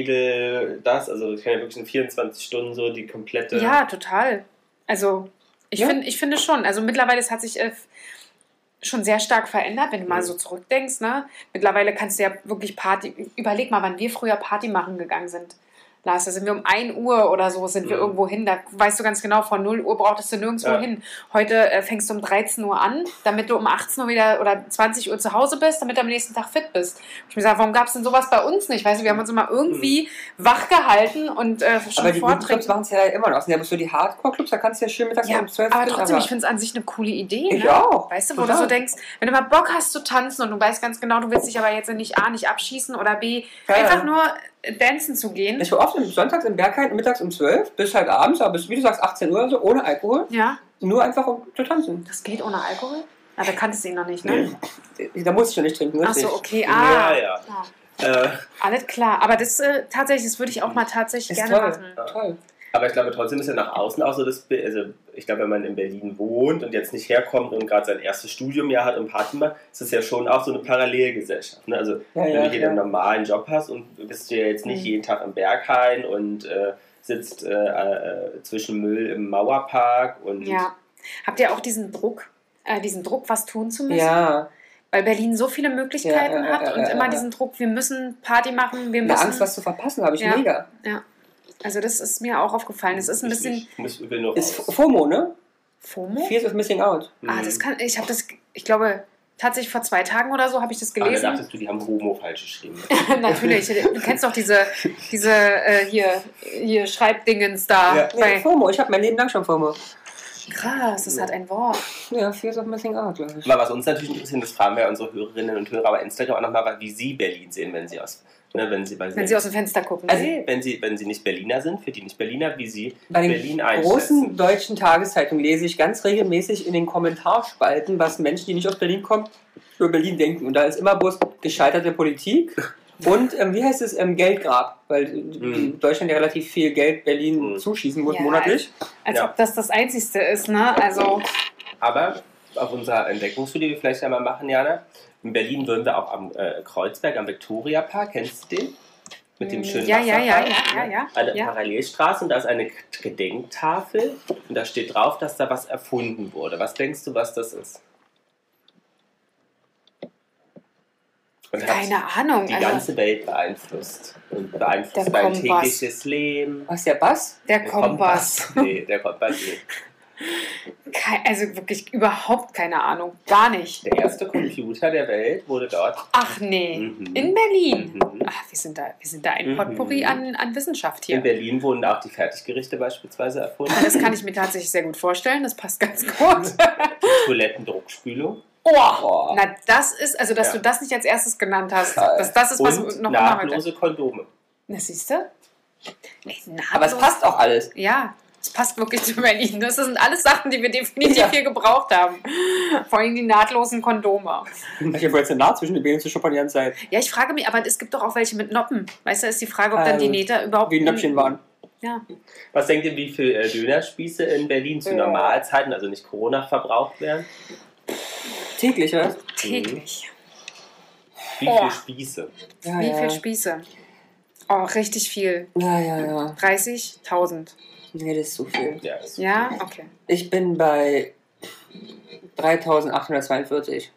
S3: edel das, also ich kann ja wirklich in 24 Stunden so die komplette...
S1: Ja, total. Also, ich,
S2: Ja.
S1: find, ich finde schon. Also, mittlerweile, es hat sich äh, schon sehr stark verändert, wenn du mal
S3: Mhm.
S1: so zurückdenkst. Ne? Mittlerweile kannst du ja wirklich Party. Überleg mal, wann wir früher Party machen gegangen sind. Lars, da sind wir um 1 Uhr oder so, sind wir
S3: Mhm.
S1: irgendwo hin. Da weißt du ganz genau, von 0 Uhr brauchtest du nirgendwo
S3: Ja.
S1: hin. Heute äh, fängst du um 13 Uhr an, damit du um 18 Uhr wieder oder 20 Uhr zu Hause bist, damit du am nächsten Tag fit bist. Ich mir sage, warum gab es denn sowas bei uns nicht? Weißt du, wir haben uns immer
S3: Mhm.
S1: irgendwie wach gehalten und äh, schon
S2: Aber die guten
S1: vortrinken.
S2: Clubs machen es ja immer noch. Sind ja bloß so die Hardcore-Clubs, da kannst du ja schön mittags
S1: Ja,
S2: um 12
S1: aber
S2: gehen,
S1: trotzdem, ich finde es an sich eine coole Idee.
S2: Ich
S1: ne?
S2: auch.
S1: Weißt du, wo
S2: Total.
S1: du so denkst, wenn du mal Bock hast zu tanzen und du weißt ganz genau, du willst dich aber jetzt nicht A, nicht abschießen oder B,
S2: Ja,
S1: einfach
S2: ja.
S1: nur äh, dancen zu gehen.
S2: Ich war oft sonntags im Berghain mittags um 12 bis halt abends, aber bis, wie du sagst, 18 Uhr oder so, ohne Alkohol,
S1: ja,
S2: nur einfach um zu tanzen.
S1: das geht ohne Alkohol? Na, da kanntest du ihn noch nicht,
S3: Nee.
S1: ne?
S2: Da muss ich schon nicht trinken,
S1: Ach
S2: richtig.
S1: so, okay, ah.
S3: Ja, ja.
S1: Ah,
S3: Äh,
S1: Alles klar, aber das äh, tatsächlich, das würde ich auch mal tatsächlich
S2: Ist
S1: gerne
S2: toll.
S1: machen.
S2: Toll.
S3: Aber ich glaube trotzdem ist ja nach außen auch so das Bild, also ich glaube, wenn man in Berlin wohnt und jetzt nicht herkommt und gerade sein erstes Studiumjahr hat und Party macht, ist es ja schon auch so eine Parallelgesellschaft. Ne? Also
S2: Ja,
S3: wenn
S2: ja,
S3: du hier
S2: klar.
S3: einen normalen Job hast und bist du ja jetzt nicht
S1: Mhm.
S3: jeden Tag im Berghain und äh, sitzt äh, äh, zwischen Müll im Mauerpark und
S1: Ja. Habt ihr auch diesen Druck, äh, diesen Druck, was tun zu müssen?
S2: Ja,
S1: Weil Berlin so viele Möglichkeiten
S2: Ja, ja, ja,
S1: hat
S2: ja,
S1: und
S2: ja,
S1: immer
S2: ja.
S1: diesen Druck, wir müssen Party machen, wir
S2: eine
S1: müssen.
S2: Angst, was zu verpassen, habe ich
S1: Ja.
S2: mega.
S1: Also das ist mir auch aufgefallen. Es ist ein
S3: Hm, Ich
S1: bisschen
S3: nicht. muss, will nur
S2: Ist
S3: raus. Mhm.
S2: FOMO, ne?
S1: FOMO.
S2: Fears of Missing Out.
S1: Ah,
S3: Hm.
S1: das kann. Ich habe das. Ich glaube tatsächlich vor zwei Tagen oder so habe ich das
S3: gelesen. Aber da
S1: gelesen.
S3: dachtest du, die haben Homo falsch geschrieben.
S1: Natürlich. Du kennst doch diese diese äh, hier hier Schreibdingens da.
S3: Ja.
S2: Nee,
S1: Bei,
S2: FOMO, ich habe mein Leben lang schon FOMO.
S1: krass, das hat ein Wort.
S2: Ja, Fears of Missing Out, glaube ich.
S3: Aber was uns natürlich interessiert, das fragen wir unsere Hörerinnen und Hörer bei Instagram auch nochmal, wie sie Berlin sehen, wenn sie aus, ne, wenn sie, weil
S1: Wenn sie aus dem Fenster gucken.
S2: Also-
S3: Nee, wenn sie, wenn sie nicht Berliner sind, für die nicht Berliner, wie sie
S2: Bei den
S3: Berlin
S2: großen
S3: einschätzen.
S2: deutschen Tageszeitungen lese ich ganz regelmäßig in den Kommentarspalten, was Menschen, die nicht aus Berlin kommen, über Berlin denken. Und da ist immer bloß gescheiterte Politik Und ähm, wie heißt es? Ähm, Geldgrab, weil äh,
S3: Mhm.
S2: Deutschland ja relativ viel Geld Berlin
S3: Mhm.
S2: zuschießen muss
S1: Ja.
S2: monatlich.
S1: Als
S3: Ja.
S1: ob das das Einzigste ist, ne? Also,
S3: Aber auf unserer Entdeckungsstudie, die wir vielleicht einmal machen, Jana, in Berlin würden wir auch am äh, Kreuzberg, am Viktoriapark, kennst du den? Mit dem
S1: Mm,
S3: schönen
S1: ja, ja, ja,
S3: Wasserfall.
S1: ja, ja, ja,
S3: Eine
S1: ja.
S3: Parallelstraße und da ist eine K- Gedenktafel und da steht drauf, dass da was erfunden wurde. Was denkst du, was das ist? Und hat
S1: keine Ahnung.
S3: die
S1: Also,
S3: ganze Welt beeinflusst und
S1: Der
S3: beeinflusst dein
S1: Kompass.
S3: tägliches Leben.
S2: Was, der Bass?
S1: der Kompass.
S3: Nee, der Kompass nicht.
S1: Ke- Also wirklich überhaupt keine Ahnung. Gar nicht.
S3: Der erste Computer der Welt wurde dort
S1: Ach nee.
S3: Mhm.
S1: In Berlin.
S3: Mhm.
S1: Ach, wir sind da, wir sind da ein
S3: Mhm.
S1: Potpourri an, an Wissenschaft hier.
S3: In Berlin wurden auch die Fertiggerichte beispielsweise erfunden.
S1: Äh, Das kann ich mir tatsächlich sehr gut vorstellen. Das passt ganz gut.
S3: Toilettendruckspülung.
S1: Oh,
S2: Oh.
S1: na das ist, also dass
S3: Ja.
S1: du das nicht als erstes genannt hast,
S2: Geil.
S1: dass das ist, was
S3: und
S1: noch immer heute.
S3: nahtlose Kondome.
S1: Na siehst du?
S2: Aber es passt auch alles.
S1: Ja, es passt wirklich zu Berlin. Das sind alles Sachen, die wir definitiv
S2: Ja.
S1: hier gebraucht haben. Vor allem die nahtlosen Kondome.
S2: Ich habe jetzt eine Naht zwischen den Beinen zu schuppern die ganze Zeit.
S1: Ja, ich frage mich, aber es gibt doch auch welche mit Noppen. Weißt du, ist die Frage, ob dann die
S2: Ähm,
S1: Nähte überhaupt.
S2: Wie ein Nöpfchen waren.
S1: Ja.
S3: Was denkt ihr, wie viele äh, Dönerspieße in Berlin zu
S1: Ja.
S3: Normalzeiten, also nicht Corona, verbraucht werden?
S2: Täglich, oder?
S1: Täglich.
S3: Wie
S1: Oh.
S3: viele Spieße?
S2: Ja,
S1: Wie
S2: Mhm. ja.
S1: viel Spieße? Oh, richtig viel.
S2: Ja, ja, ja.
S1: 30.000.
S2: Nee, das ist zu viel.
S3: Ja, ist
S1: Ja, okay.
S2: Ich bin bei 3842.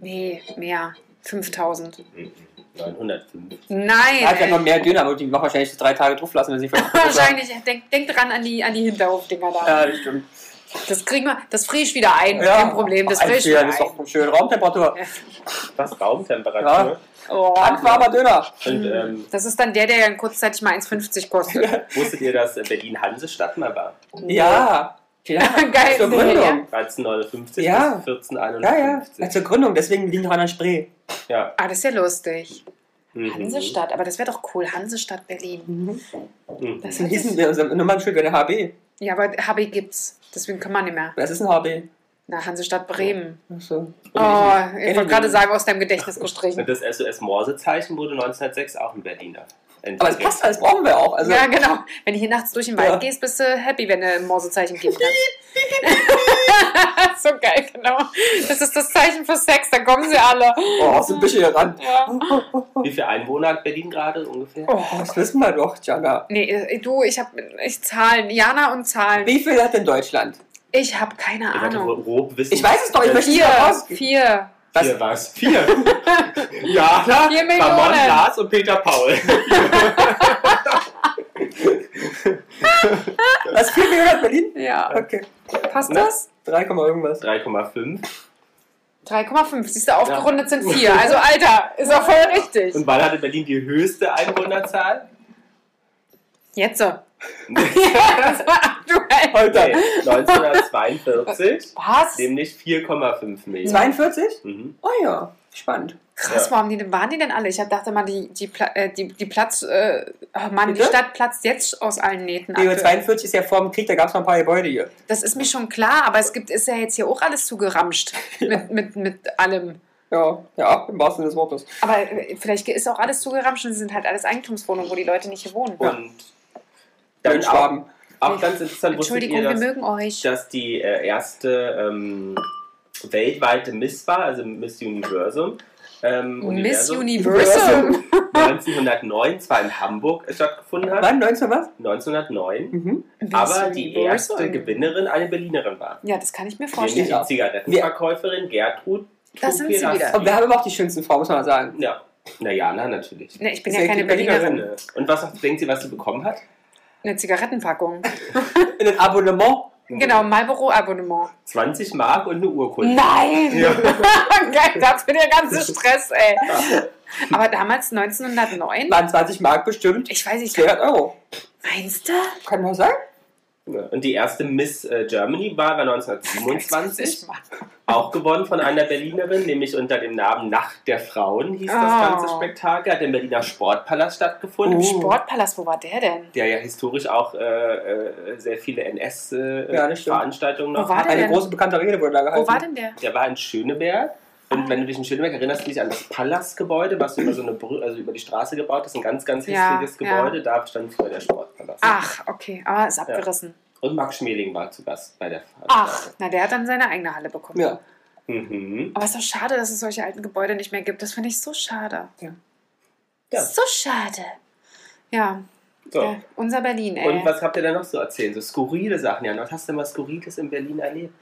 S1: Nee, mehr. 5.000.
S3: 905.
S1: Nein!
S2: Er hat ja
S1: ey.
S2: Halt, noch mehr Döner, aber die machen wahrscheinlich drei Tage drauf lassen, wenn sie
S1: Wahrscheinlich, denk, denk dran an die, an die Hinterhofdinger da.
S2: Ja, das stimmt.
S1: Das kriegen wir, das friere ich wieder ein. Kein Problem, das friere ich
S2: Einfrieren
S1: wieder
S2: ist
S1: ein.
S2: doch schön. Raumtemperatur.
S3: Was? Raumtemperatur?
S1: Oh.
S2: Handwarmer Döner.
S3: Und ähm,
S1: Das ist dann der, der ja kurzzeitig mal 1,50 kostet.
S3: wusstet ihr, dass äh, Berlin Hansestadt mal war?
S2: Ja. Klar.
S1: Mhm. Geil,
S2: Zur
S1: nee,
S2: Gründung.
S3: 1359
S2: Ja.
S3: bis
S2: Ja, ja.
S3: 1451.
S2: ja. Zur Gründung, deswegen liegen wir an der Spree.
S3: Ja.
S1: Ah, das ist ja lustig.
S3: Mhm.
S1: Hansestadt, aber das wäre doch cool. Hansestadt Berlin.
S3: Mhm.
S1: Das
S2: Wie
S1: hat
S2: hießen
S1: sich,
S2: wir? Unser also, Nummernschild wäre der HB.
S1: ja, aber HB gibt's. Deswegen kann man nicht mehr.
S2: Das ist ein HB.
S1: Na, Hansestadt Bremen.
S2: Ach so.
S1: Oh, ich wollte gerade sagen, aus deinem Gedächtnis gestrichen.
S3: Und das SOS-Morsezeichen wurde 1906 auch in Berlin entwickelt.
S2: Aber es passt, das brauchen wir auch. Also,
S1: ja, genau. Wenn du hier nachts durch den Wald
S2: Ja.
S1: gehst, bist du happy, wenn du ein Morsezeichen geben kannst. so geil, genau. Das ist das Zeichen für Sex, da kommen sie alle.
S2: oh, so ein bisschen hier ran.
S1: Ja.
S3: Wie viele Einwohner hat Berlin gerade ungefähr?
S2: Oh, das wissen wir doch, Jana.
S1: Nee, äh, du, ich hab ich Zahlen. Jana und Zahlen.
S2: Wie viel hat denn Deutschland?
S1: Ich hab keine
S3: Ich wollte
S1: Ahnung.
S3: grob wissen. äh,
S2: Ich weiß es doch, ich möchte es
S1: Vier,
S2: mal raus.
S1: vier.
S3: Vier was? Vier. ja, klar.
S1: Vier Millionen.
S3: Ramon, Lars und Peter Paul.
S2: Was, 4 Millionen hat Berlin?
S1: Ja.
S2: Okay.
S1: Passt
S3: Ne?
S1: das?
S2: 3, irgendwas.
S3: 3,5.
S1: 3,5. Siehst du, aufgerundet sind vier. Also, Alter, ist auch voll richtig.
S3: Und wann hatte Berlin die höchste Einwohnerzahl?
S1: Jetzt so. ja, das war aktuell.
S2: Alter.
S3: Nee, 1942.
S1: Was?
S3: Nämlich 4,5 Millionen.
S2: 42?
S3: Mhm.
S2: Oh ja, spannend.
S1: Krass,
S3: Ja.
S1: warum die, waren die denn alle? Ich hab- dachte mal, die, die, Pla äh, die, die Platz, äh, oh Mann, die
S2: Bitte?
S1: Stadt platzt jetzt aus allen Nähten.
S2: Nee, aber
S1: aktuell.
S2: 42 ist ja vor dem Krieg, da gab es noch ein paar Gebäude hier.
S1: Das ist mir schon klar, aber es gibt, ist ja jetzt hier auch alles zugeramscht mit, mit, mit allem.
S2: Ja, ja, im wahrsten Sinne des Wortes.
S1: Aber äh, vielleicht ist auch alles zugeramscht und es sind halt alles Eigentumswohnungen, wo die Leute nicht hier wohnen.
S3: Und
S2: Dann
S3: dann auch,
S2: Schwaben.
S3: auch ganz interessant wusstet
S1: Entschuldigung,
S3: ihr,
S1: wir
S3: dass
S1: mögen euch.
S3: dass die äh, erste ähm, weltweite Miss war, also Miss Universum. Ähm,
S1: Miss
S3: Universum,
S1: Universum.
S3: 1909 zwar in Hamburg stattgefunden hat,
S2: Wann? 19 was?
S3: 1909,
S2: Mhm.
S1: Miss
S3: aber die
S1: Universum.
S3: erste Gewinnerin eine Berlinerin war.
S1: Ja, das kann ich mir
S3: Nämlich
S1: vorstellen.
S3: die Zigarettenverkäuferin Gertrud
S1: Da sind sie
S3: Tupirassi.
S1: wieder.
S2: Und wir haben aber auch die schönsten Frauen, muss man mal sagen.
S3: Ja, na Jana natürlich.
S1: Ne, ich bin
S2: Ist
S1: ja
S2: ja
S1: keine
S2: die Berlinerin.
S1: Berlinerin.
S3: Und was sagt- denkt ihr, was sie bekommen hat?
S1: Eine Zigarettenpackung.
S2: In ein Abonnement.
S1: Genau, Marlboro-Abonnement.
S3: 20 Mark und eine Urkunde.
S1: Nein!
S3: Ja.
S1: Geil, dafür der ganze Stress, ey. Aber damals 1909?
S2: Waren 20 Mark bestimmt.
S1: Ich weiß nicht,
S2: 200 Euro.
S1: meinst du?
S2: Kann man sagen?
S3: Ja, Und die erste Miss äh, Germany war war 1927.
S1: Mann.
S3: Auch gewonnen von einer Berlinerin, nämlich unter dem Namen Nacht der Frauen hieß
S1: Oh.
S3: das ganze Spektakel, hat im Berliner Sportpalast stattgefunden,
S2: Oh.
S1: Sportpalast, wo war der denn?
S3: der ja historisch auch äh, äh, sehr viele NS-Veranstaltungen äh,
S2: Ja, das stimmt.
S3: Veranstaltungen
S1: Wo
S3: noch
S1: war
S3: hat.
S1: der
S2: Eine
S1: denn?
S2: große bekannte Rede wurde da gehalten.
S1: Wo war denn der?
S3: Der war in Schöneberg Und wenn du dich in Schöneberg erinnerst, du dich an das Palastgebäude, was über so eine Brü also über die Straße gebaut ist, ein ganz, ganz
S1: Ja,
S3: hässliches
S1: ja.
S3: Gebäude. Da stand früher der Sportpalast.
S1: Ach, okay, aber ist abgerissen.
S3: Und Max Schmeling war zu Gast bei der Fahrt.
S1: Ach, na, der hat dann seine eigene Halle bekommen.
S2: Ja.
S3: Mhm.
S1: Aber es ist doch schade, dass es solche alten Gebäude nicht mehr gibt. Das finde ich so schade.
S2: Ja.
S3: Ja.
S1: So schade. Ja,
S3: So.
S1: äh, unser Berlin, ey.
S3: Und was habt ihr denn noch so erzählen? So skurrile Sachen, Jan. Was hast du denn mal Skurriles in Berlin erlebt?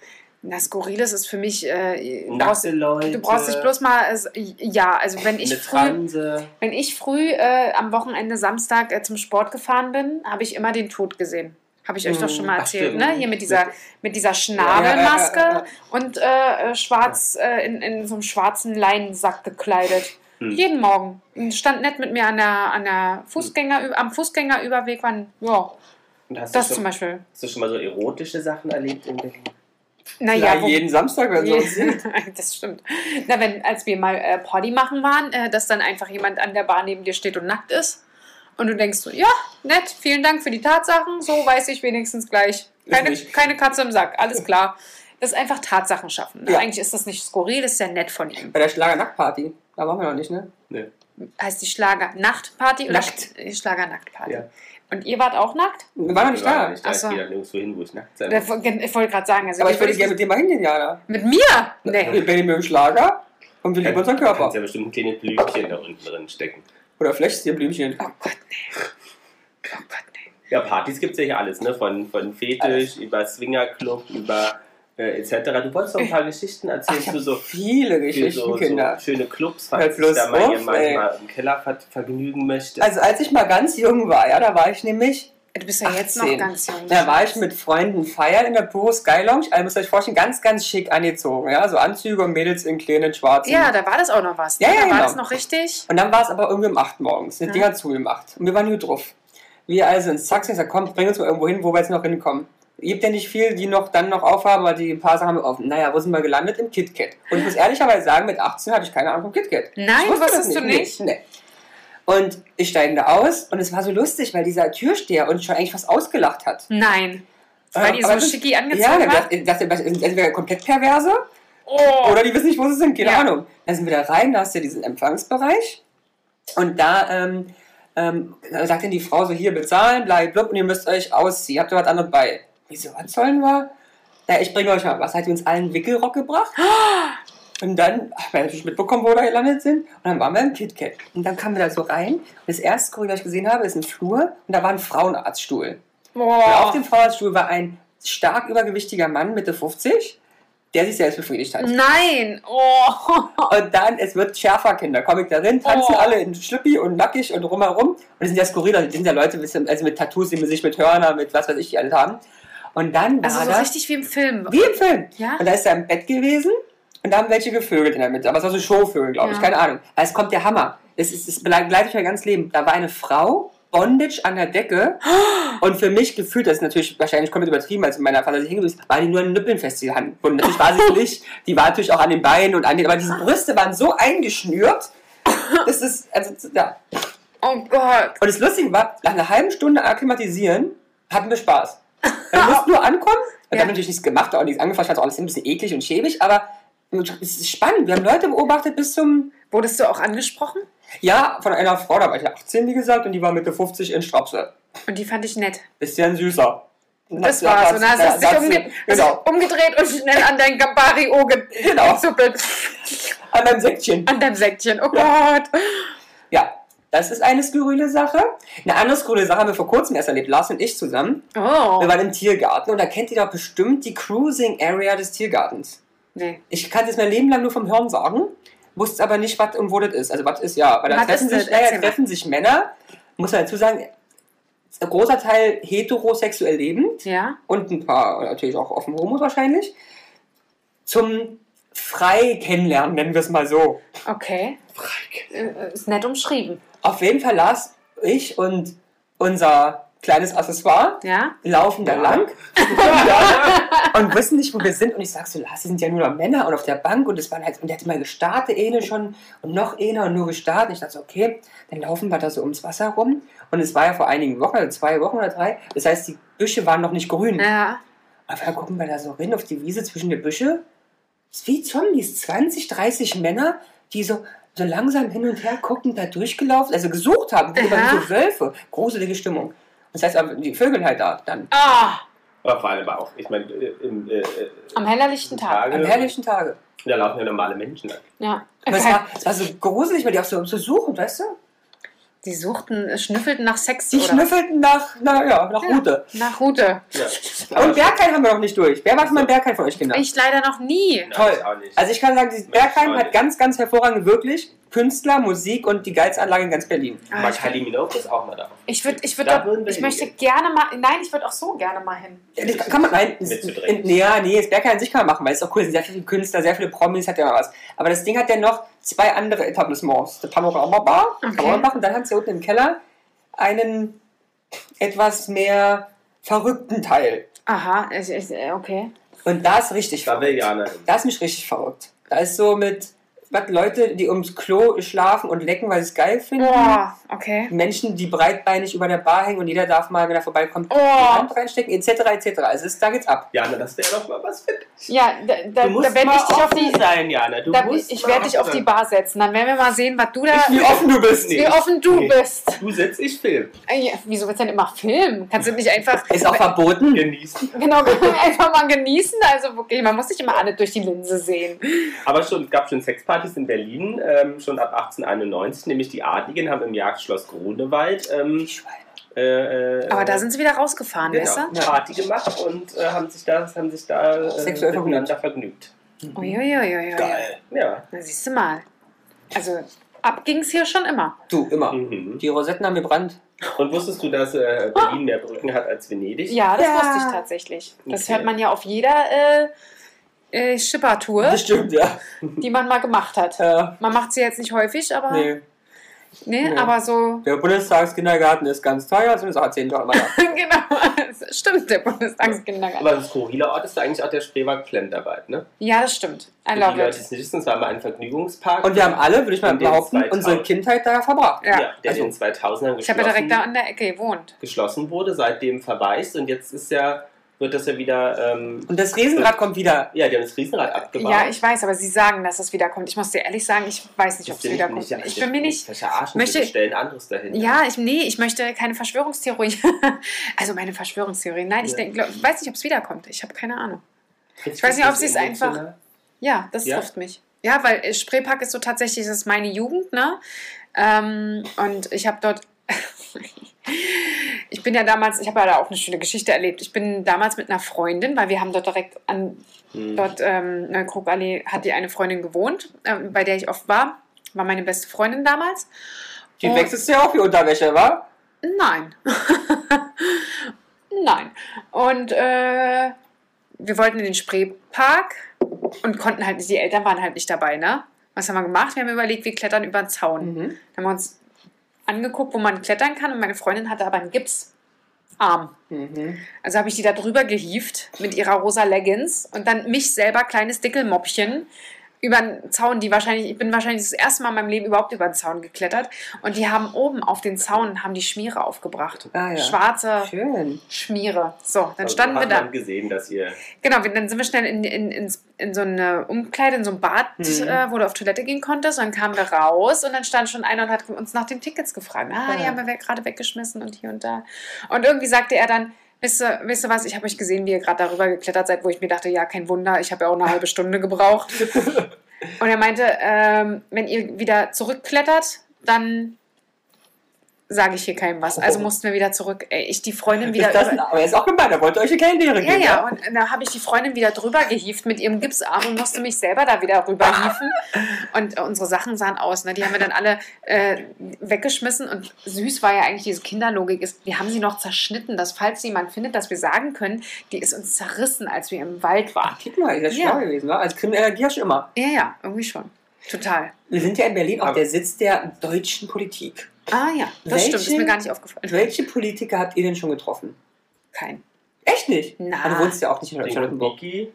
S1: Na, Skurriles ist für mich. Äh,
S3: Nackte Leute.
S1: Du brauchst dich bloß mal, es- ja, also wenn ich
S3: Eine
S1: früh,
S3: Transe.
S1: wenn ich früh äh, am Wochenende Samstag äh, zum Sport gefahren bin, habe ich immer den Tod gesehen. Habe ich euch doch schon mal
S3: Ach,
S1: erzählt,
S3: stimmt.
S1: ne? Hier mit dieser, mit dieser Schnabelmaske
S2: Ja, ja, ja,
S1: und äh, äh, schwarz, äh, in, in so einem schwarzen Leinensack gekleidet.
S3: Hm.
S1: Jeden Morgen. Und Stand nett mit mir an der, an der Fußgänger, am Fußgängerüberweg. Wann, ja,
S3: Und hast
S1: das zum
S3: du schon,
S1: Beispiel.
S3: hast du schon mal so erotische Sachen erlebt in Berlin?
S1: Naja,
S2: Na,
S1: wo-
S2: jeden Samstag, wenn sonst sieht.
S1: das stimmt. Na, wenn, als wir mal äh, Party machen waren, äh, dass dann einfach jemand an der Bar neben dir steht und nackt ist. Und du denkst so, ja, nett, vielen Dank für die Tatsachen, so weiß ich wenigstens gleich. Keine,
S2: nicht-
S1: keine Katze im Sack, alles klar. Das ist einfach Tatsachen schaffen. Ne?
S2: Ja.
S1: Eigentlich ist das nicht skurril, das ist ja nett von ihm.
S2: Bei der Schlager-Nacktparty. Da waren wir noch nicht, ne?
S3: Nee.
S1: Heißt die Schlager-Nachtparty oder
S2: Nackt.
S1: Sch- Schlager-Nachtparty?
S3: Ja.
S1: Und ihr wart auch nackt?
S2: Wir waren noch nicht da.
S3: Ich, da.
S1: Ach
S3: ich
S1: so.
S3: gehe dann nirgendwo hin, wo ich nackt sein
S1: Da-
S3: muss.
S1: Ich wollte gerade sagen, also
S2: Aber
S1: ihr
S2: ich würde
S1: würdet-
S2: gerne mit dir mal hingehen, Jana.
S1: mit mir? Nee.
S2: Wir nehmen den Schlager und wir lieben unseren
S3: Du kannst
S2: Körper.
S3: ja bestimmt kleine Blümchen da unten drin stecken.
S2: Oder vielleicht ist dir ein Blümchen.
S1: Oh Gott, nee. Oh Gott, nee.
S3: Ja, Partys gibt es ja hier alles, ne? Von, von Fetisch
S2: Alles.
S3: über Swingerclub, über äh, etc. Du wolltest doch ein paar Geschichten erzählen zu so,
S2: Viele
S3: für
S2: Geschichten,
S3: so, so
S2: Kinder.
S3: schöne Clubs,
S2: Hör
S3: falls sich
S2: bloß
S3: da mal
S2: auf,
S3: jemand
S2: ey.
S3: mal im Keller ver vergnügen möchte.
S2: Also als ich mal ganz jung war, ja, da war ich nämlich,
S1: Du bist ja jetzt noch
S2: 18.
S1: ganz jung.
S2: da war ich mit Freunden feiern in der Puro Sky Lounge. Also müsst ihr euch vorstellen, ganz, ganz schick angezogen, ja, so Anzüge und Mädels in kleinen schwarzen.
S1: Ja, da war das auch noch was. ne?
S2: Ja, ja,
S1: da war
S2: genau.
S1: das noch richtig.
S2: Und dann war es aber irgendwie um 8 morgens, die
S1: Mhm.
S2: Dinger zugemacht. Und wir waren gut drauf. Wir also ins Taxi, ich sag, komm, bring uns mal irgendwo hin, wo wir jetzt noch hinkommen. Gibt ja nicht viel, die noch dann noch aufhaben, aber die paar Sachen haben wir offen. Naja, wo sind wir gelandet? Im KitKat. Und ich muss ehrlicherweise sagen, mit 18 hatte ich keine Ahnung vom KitKat.
S1: Nein,
S2: Ich wusste
S1: wusstest
S2: das
S1: du nicht?
S2: Nee. nee. Und ich steige da aus und es war so lustig, weil dieser Türsteher uns schon eigentlich fast ausgelacht hat.
S1: Nein. Weil
S2: Ähm,
S1: ihr so
S2: aber das-
S1: schicki
S2: Ja,
S1: angezogen
S2: der
S1: wart.
S2: dachte, dachte, das sind entweder komplett perverse
S1: Oh.
S2: oder die wissen nicht, wo sie sind, keine
S1: Ja.
S2: Ahnung. Dann sind wir da rein, da hast du diesen Empfangsbereich und da ähm, ähm, da sagt dann die Frau so, hier bezahlen, bla, blub, und ihr müsst euch ausziehen, habt ihr was anderes bei? Wieso, was sollen wir? Na, ich bringe euch mal was, hat die uns allen einen Wickelrock gebracht? Und dann haben wir natürlich mitbekommen, wo wir da gelandet sind. Und dann waren wir im KitKat. Und dann kamen wir da so rein. Und das erste Skurril, was ich gesehen habe, ist ein Flur. Und da war ein Frauenarztstuhl. Und auf
S1: Boah.
S2: dem Frauenarztstuhl war ein stark übergewichtiger Mann, Mitte 50, der sich selbst befriedigt hat.
S1: Nein. Oh.
S2: Und dann, es wird schärfer, Kinder. Komm ich da drin, tanzen
S1: Oh.
S2: alle in Schlüppi und nackig und rumherum. Und das sind ja skurrile, das sind ja Leute, wissen- also mit Tattoos, die mit sich mit Hörner, mit was weiß ich, die alles haben. Und dann war
S1: Also so
S2: da,
S1: richtig wie im Film.
S2: wie im Film.
S1: Ja?
S2: Und da ist er im Bett gewesen und da haben welche gevögelt in der Mitte. Aber es war so Showvögel, glaube ich,
S1: Ja.
S2: keine Ahnung. Aber es kommt der Hammer. Es, es, es begleitet mich mein ganzes Leben. Da war eine Frau, Bondage an der Decke. Und für mich gefühlt, das ist natürlich wahrscheinlich komplett übertrieben, als in meiner Fantasie hingewiesen, war die nur an den Nippeln festgehalten. Und natürlich war sie nicht. Die war natürlich auch an den Beinen und an den, aber diese Brüste waren so eingeschnürt. Das ist, also, ja.
S1: Oh Gott.
S2: Und das Lustige war, nach einer halben Stunde akklimatisieren hatten wir Spaß. Wir mussten nur ankommen. Wir
S1: Ja.
S2: haben natürlich nichts gemacht, auch nichts angefasst, war auch alles ein bisschen eklig und schäbig, aber es ist spannend. Wir haben Leute beobachtet bis zum,
S1: Wurdest du auch angesprochen?
S2: ja, von einer Frau, da war ich ja 18, wie gesagt, und die war Mitte 50 in Strapse.
S1: Und die fand ich nett.
S2: Bisschen süßer.
S1: Das war's. Und dann hast du dich umge Also, hast
S2: Genau,
S1: dich umgedreht und schnell an dein Gambari-O ge
S2: Genau.
S1: gezuppelt.
S2: an meinem Säckchen.
S1: An deinem Säckchen. Oh Gott.
S2: Ja, das ist eine skurrile Sache. Eine andere skurrile Sache haben wir vor kurzem erst erlebt, Lars und ich zusammen. Wir
S1: Oh.
S2: waren im Tiergarten und da kennt ihr doch bestimmt die Cruising Area des Tiergartens.
S1: Nee.
S2: Ich kann es mein Leben lang nur vom Hören sagen, wusste aber nicht, was und wo das ist. Also was ist ja, weil da
S1: Was
S2: treffen
S1: ist das?
S2: sich, naja,
S1: Erzähl mal.
S2: treffen sich Männer, muss man dazu sagen, ein großer Teil heterosexuell lebend
S1: Ja?
S2: und ein paar natürlich auch offen Homos wahrscheinlich, zum frei kennenlernen, nennen wir es mal so.
S1: Okay. Äh, Ist nett umschrieben.
S2: Auf jeden Fall las ich und unser kleines Accessoire
S1: Ja?
S2: laufen da
S3: Ja.
S2: lang und wissen nicht, wo wir sind. Und ich sag so, Lars, das sind ja nur noch Männer und auf der Bank. Und es waren halt, und der hat mal gestartet, eine schon und noch eine und nur gestartet. Und ich dachte so, okay, dann laufen wir da so ums Wasser rum. Und es war ja vor einigen Wochen, also zwei Wochen oder drei. Das heißt, die Büsche waren noch nicht grün.
S1: Ja.
S2: Aber dann gucken wir da so hin auf die Wiese zwischen den Büsche. wie Zombies, 20, 30 Männer, die so, so langsam hin und her guckend da durchgelaufen, also gesucht haben, wie bei
S1: Aha.
S2: so Wölfe. Gruselige Stimmung. Das heißt, aber die Vögel halt da dann.
S1: Ah,
S3: Aber vor allem auch, ich meine, äh, im, äh, äh,
S1: am hellerlichten Tag.
S3: Tage,
S2: Am herrlichen Tage.
S3: da laufen ja normale Menschen lang.
S1: Ja.
S2: Aber es war, es war so gruselig, weil die auch so, so suchen, weißt du?
S1: Die suchten, äh, schnüffelten nach Sex.
S2: Die
S1: oder?
S2: schnüffelten nach, na, ja, nach Rute.
S1: Nach Rute.
S3: Ja.
S2: Und Bergheim haben wir noch nicht durch. Wer macht mal einen Bergheim für euch, Kinder?
S1: Ich leider noch nie.
S3: Nein,
S2: Toll.
S3: ich Auch nicht.
S2: Also ich kann sagen, dieses
S3: Mensch,
S2: Bergheim
S3: Freunde.
S2: hat ganz, ganz hervorragende, wirklich Künstler, Musik und die Geizanlage in ganz Berlin.
S1: Ah,
S3: Aber
S1: ich-
S3: Kylie Minogue ist auch mal da.
S1: Ich würde, ich würde,
S3: Da würden wir
S1: ich möchte
S3: hingehen.
S1: gerne mal, nein, ich würde auch so gerne mal hin.
S2: Ja, das kann man, nein,
S3: Mit zu
S2: in,
S3: dreckig.
S2: nee, ja, nee, das Bergheim an sich kann man machen, weil es ist auch cool, es sind sehr viele Künstler, sehr viele Promis, hat ja mal was. Aber das Ding hat ja noch zwei andere Etablissements. Die Panorama Bar kann
S1: Okay.
S2: man machen, dann hat sie unten im Keller einen etwas mehr verrückten Teil.
S1: Aha, ich, ich, äh, okay.
S2: Und da ist richtig
S3: Da will Jana hin.
S2: Da ist mich richtig verrückt. Da ist so mit, was Leute, die ums Klo schlafen und lecken, weil sie es geil finden.
S1: Boah, okay.
S2: Menschen, die breitbeinig über der Bar hängen und jeder darf mal, wenn er vorbeikommt,
S1: Oh.
S2: die Hand reinstecken, etc. etc. Also es, da geht's ab.
S3: Jana, das wäre doch mal was für dich.
S1: Ja, da, da,
S3: Du musst
S1: da werde
S3: mal
S1: ich dich auf
S3: offen
S1: die,
S3: sein, Jana. Du
S1: da,
S3: musst
S1: ich
S3: mal
S1: werde dich auf die
S3: offen
S1: Bar setzen. Dann werden wir mal sehen, was du da,
S2: Wie offen du bist.
S3: Nee.
S1: wie offen du
S3: Nee.
S1: bist.
S3: sein. Du setzt ich Film.
S1: Äh, ja, Wieso wird's denn immer Film? Kannst du nicht einfach,
S2: Ist auch verboten.
S3: Genießen.
S1: genau, einfach mal genießen? Also wirklich, man muss nicht immer alle durch die Linse sehen.
S3: Aber schon, es gab schon Sexpartys in Berlin, ähm, schon ab 1891, nämlich die Adligen haben im Jagdschloss Grunewald ähm, äh, äh,
S1: Aber da sind sie wieder rausgefahren,
S3: genau,
S1: weißt
S2: du?
S3: Party gemacht und äh, haben sich da, haben sich da äh,
S2: Sexuell vergnügt.
S3: miteinander vergnügt.
S1: du? Uiuiuiui.
S3: Ja.
S1: Na, siehst du mal. Also, ab ging's hier schon immer.
S2: Du, immer.
S3: Mhm.
S2: Die Rosetten haben gebrannt.
S3: Und wusstest du, dass äh, Berlin mehr Brücken hat als Venedig?
S1: Ja, das
S2: Ja.
S1: wusste ich tatsächlich. Das
S3: Okay.
S1: hört man ja auf jeder äh, äh, Schippertour,
S2: Das stimmt, ja.
S1: die man mal gemacht hat.
S2: ja.
S1: Man macht sie jetzt nicht häufig, aber, nee,
S2: Nee. Nee.
S1: aber so.
S2: Der Bundestagskindergarten ist ganz teuer, sind es auch 10 Dollar.
S1: genau, das stimmt, der Bundestagskindergarten.
S3: Aber ein skurriler Ort ist da eigentlich auch der Spreewald Klemmarbeit, ne?
S1: Ja, das stimmt. I
S3: Für die
S1: love
S3: Leute, die
S1: it.
S3: es nicht wissen, es war mal ein Vergnügungspark.
S2: Und wir haben alle, würde ich mal
S3: In den
S2: behaupten,
S3: 2000.
S2: unsere Kindheit da verbracht.
S1: Ja.
S3: ja, der
S2: Also-
S3: in den 2000ern
S1: Ich habe ja direkt
S3: geschlossen,
S1: da in der Ecke gewohnt.
S3: geschlossen wurde, seitdem verwaist und jetzt ist ja, wird das ja wieder, ähm,
S2: Und das Riesenrad kommt wieder.
S3: ja, die haben das Riesenrad abgebaut.
S1: Ja, ich weiß, aber sie sagen, dass es wiederkommt. Ich muss dir ehrlich sagen, ich weiß nicht, ob es wiederkommt. Ich bin mir nicht.
S3: Verarschen,
S1: Möchte-
S3: möchte, stellen anderes dahin.
S1: Ja, ich, nee, ich möchte keine Verschwörungstheorie. also meine Verschwörungstheorie. Nein, ich
S3: Ja.
S1: denk, glaub, weiß nicht, ob es wiederkommt. Ich habe keine Ahnung. ich weiß nicht, ob sie es einfach-
S3: ne?
S1: Ja, das
S3: Ja?
S1: trifft mich. Ja, weil äh, Spreepark ist so tatsächlich, das ist meine Jugend, ne? Ähm, und ich habe dort. ich bin ja damals, ich habe ja da auch eine schöne Geschichte erlebt. Ich bin damals mit einer Freundin, weil wir haben dort direkt an
S3: Hm.
S1: dort ähm, in Krugallee hat die eine Freundin gewohnt, ähm, bei der ich oft war. War meine beste Freundin damals.
S2: Die
S1: Oh.
S2: wechselst du ja auch wie Unterwäsche, wa?
S1: Nein. Nein. Und äh, wir wollten in den Spreepark und konnten halt nicht, die Eltern waren halt nicht dabei, ne? Was haben wir gemacht? Wir haben überlegt, wir klettern über den Zaun.
S2: Mhm.
S1: Dann haben wir uns angeguckt, wo man klettern kann und meine Freundin hatte aber einen Gipsarm.
S2: Mhm.
S1: Also habe ich die da drüber gehievt mit ihrer rosa Leggings und dann mich selber, kleines Dickelmoppchen, über den Zaun, die wahrscheinlich, ich bin wahrscheinlich das erste Mal in meinem Leben überhaupt über den Zaun geklettert. Und die haben oben auf den Zaun, haben die Schmiere aufgebracht.
S2: Ah, ja.
S1: Schwarze
S2: Schön.
S1: Schmiere. So, dann
S3: Also
S1: standen
S3: hat
S1: wir da.
S3: Man gesehen, dass ihr
S1: Genau, wir- dann sind wir schnell in, in, ins- in so eine Umkleide, in so ein Bad,
S2: Mhm.
S1: äh, wo du auf Toilette gehen konntest. Und dann kamen wir raus und dann stand schon einer und hat uns nach den Tickets gefragt. Ah, die
S2: Ah.
S1: haben wir weg, gerade weggeschmissen und hier und da. Und irgendwie sagte er dann, wisst ihr, wisst ihr was, ich habe euch gesehen, wie ihr gerade darüber geklettert seid, wo ich mir dachte, ja, kein Wunder, ich habe ja auch eine halbe Stunde gebraucht. und er meinte, ähm, wenn ihr wieder zurückklettert, dann sage ich hier keinem was. Also
S2: Oh.
S1: mussten wir wieder zurück. Ey, ich die Freundin wieder
S2: Ist das,
S1: über-
S2: aber er ist auch gemeint, er wollte euch eine Kellnerin
S1: ja,
S2: geben.
S1: ja, und äh, da habe ich die Freundin wieder drüber gehievt mit ihrem Gipsarm und musste mich selber da wieder rüber hieven. Und äh, unsere Sachen sahen aus. Ne? Die haben wir dann alle äh, weggeschmissen. Und süß war ja eigentlich diese Kinderlogik. Ist, wir haben sie noch zerschnitten, dass falls jemand findet, dass wir sagen können, die ist uns zerrissen, als wir im Wald waren.
S2: Guck mal, ihr seid
S1: Ja.
S2: schlau gewesen, wa? Als Krimineller gierst du immer.
S1: Ja, ja, irgendwie schon. Total.
S2: Wir sind ja in Berlin auch
S3: Aber-
S2: der Sitz der deutschen Politik.
S1: Ah ja, das
S2: Welche-
S1: stimmt. Ist mir gar nicht aufgefallen.
S2: Welche Politiker habt ihr denn schon getroffen?
S1: Kein.
S2: Echt nicht?
S1: Na.
S2: Aber du wohnst ja auch nicht in
S3: den
S2: Charlottenburg.
S3: Wiki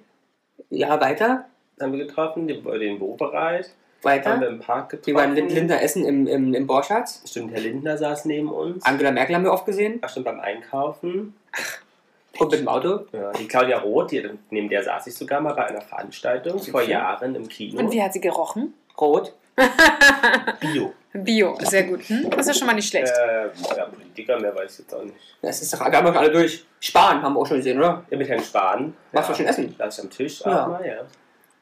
S2: Ja, weiter,
S3: haben wir getroffen, den, äh, den Wobereit haben wir
S2: weiter.
S3: im Park
S2: Wir
S3: getroffen.
S2: waren mit Linda Essen im, im, im Borschatz.
S3: Stimmt, Herr Lindner saß neben uns.
S2: Angela Merkel haben wir oft gesehen.
S3: Ach, stimmt, beim Einkaufen.
S2: Kommt mit dem Auto.
S3: Ja, die Claudia Roth, die, neben der saß ich sogar mal bei einer Veranstaltung vor Jahren im Kino.
S1: Und wie hat sie gerochen?
S2: Rot.
S3: Bio.
S1: Bio, sehr gut. Hm? Das ist ja schon mal nicht
S3: Äh,
S1: schlecht.
S3: ja, Politiker, mehr weiß ich jetzt auch nicht.
S2: Das ist doch, wir haben doch alle durch. Spahn haben wir auch schon gesehen, oder?
S3: Ja, mit Herrn halt Spahn.
S2: Machst
S3: ja,
S2: du schon Essen?
S3: Da ist am Tisch.
S2: Ja.
S3: Ja. Mal, ja.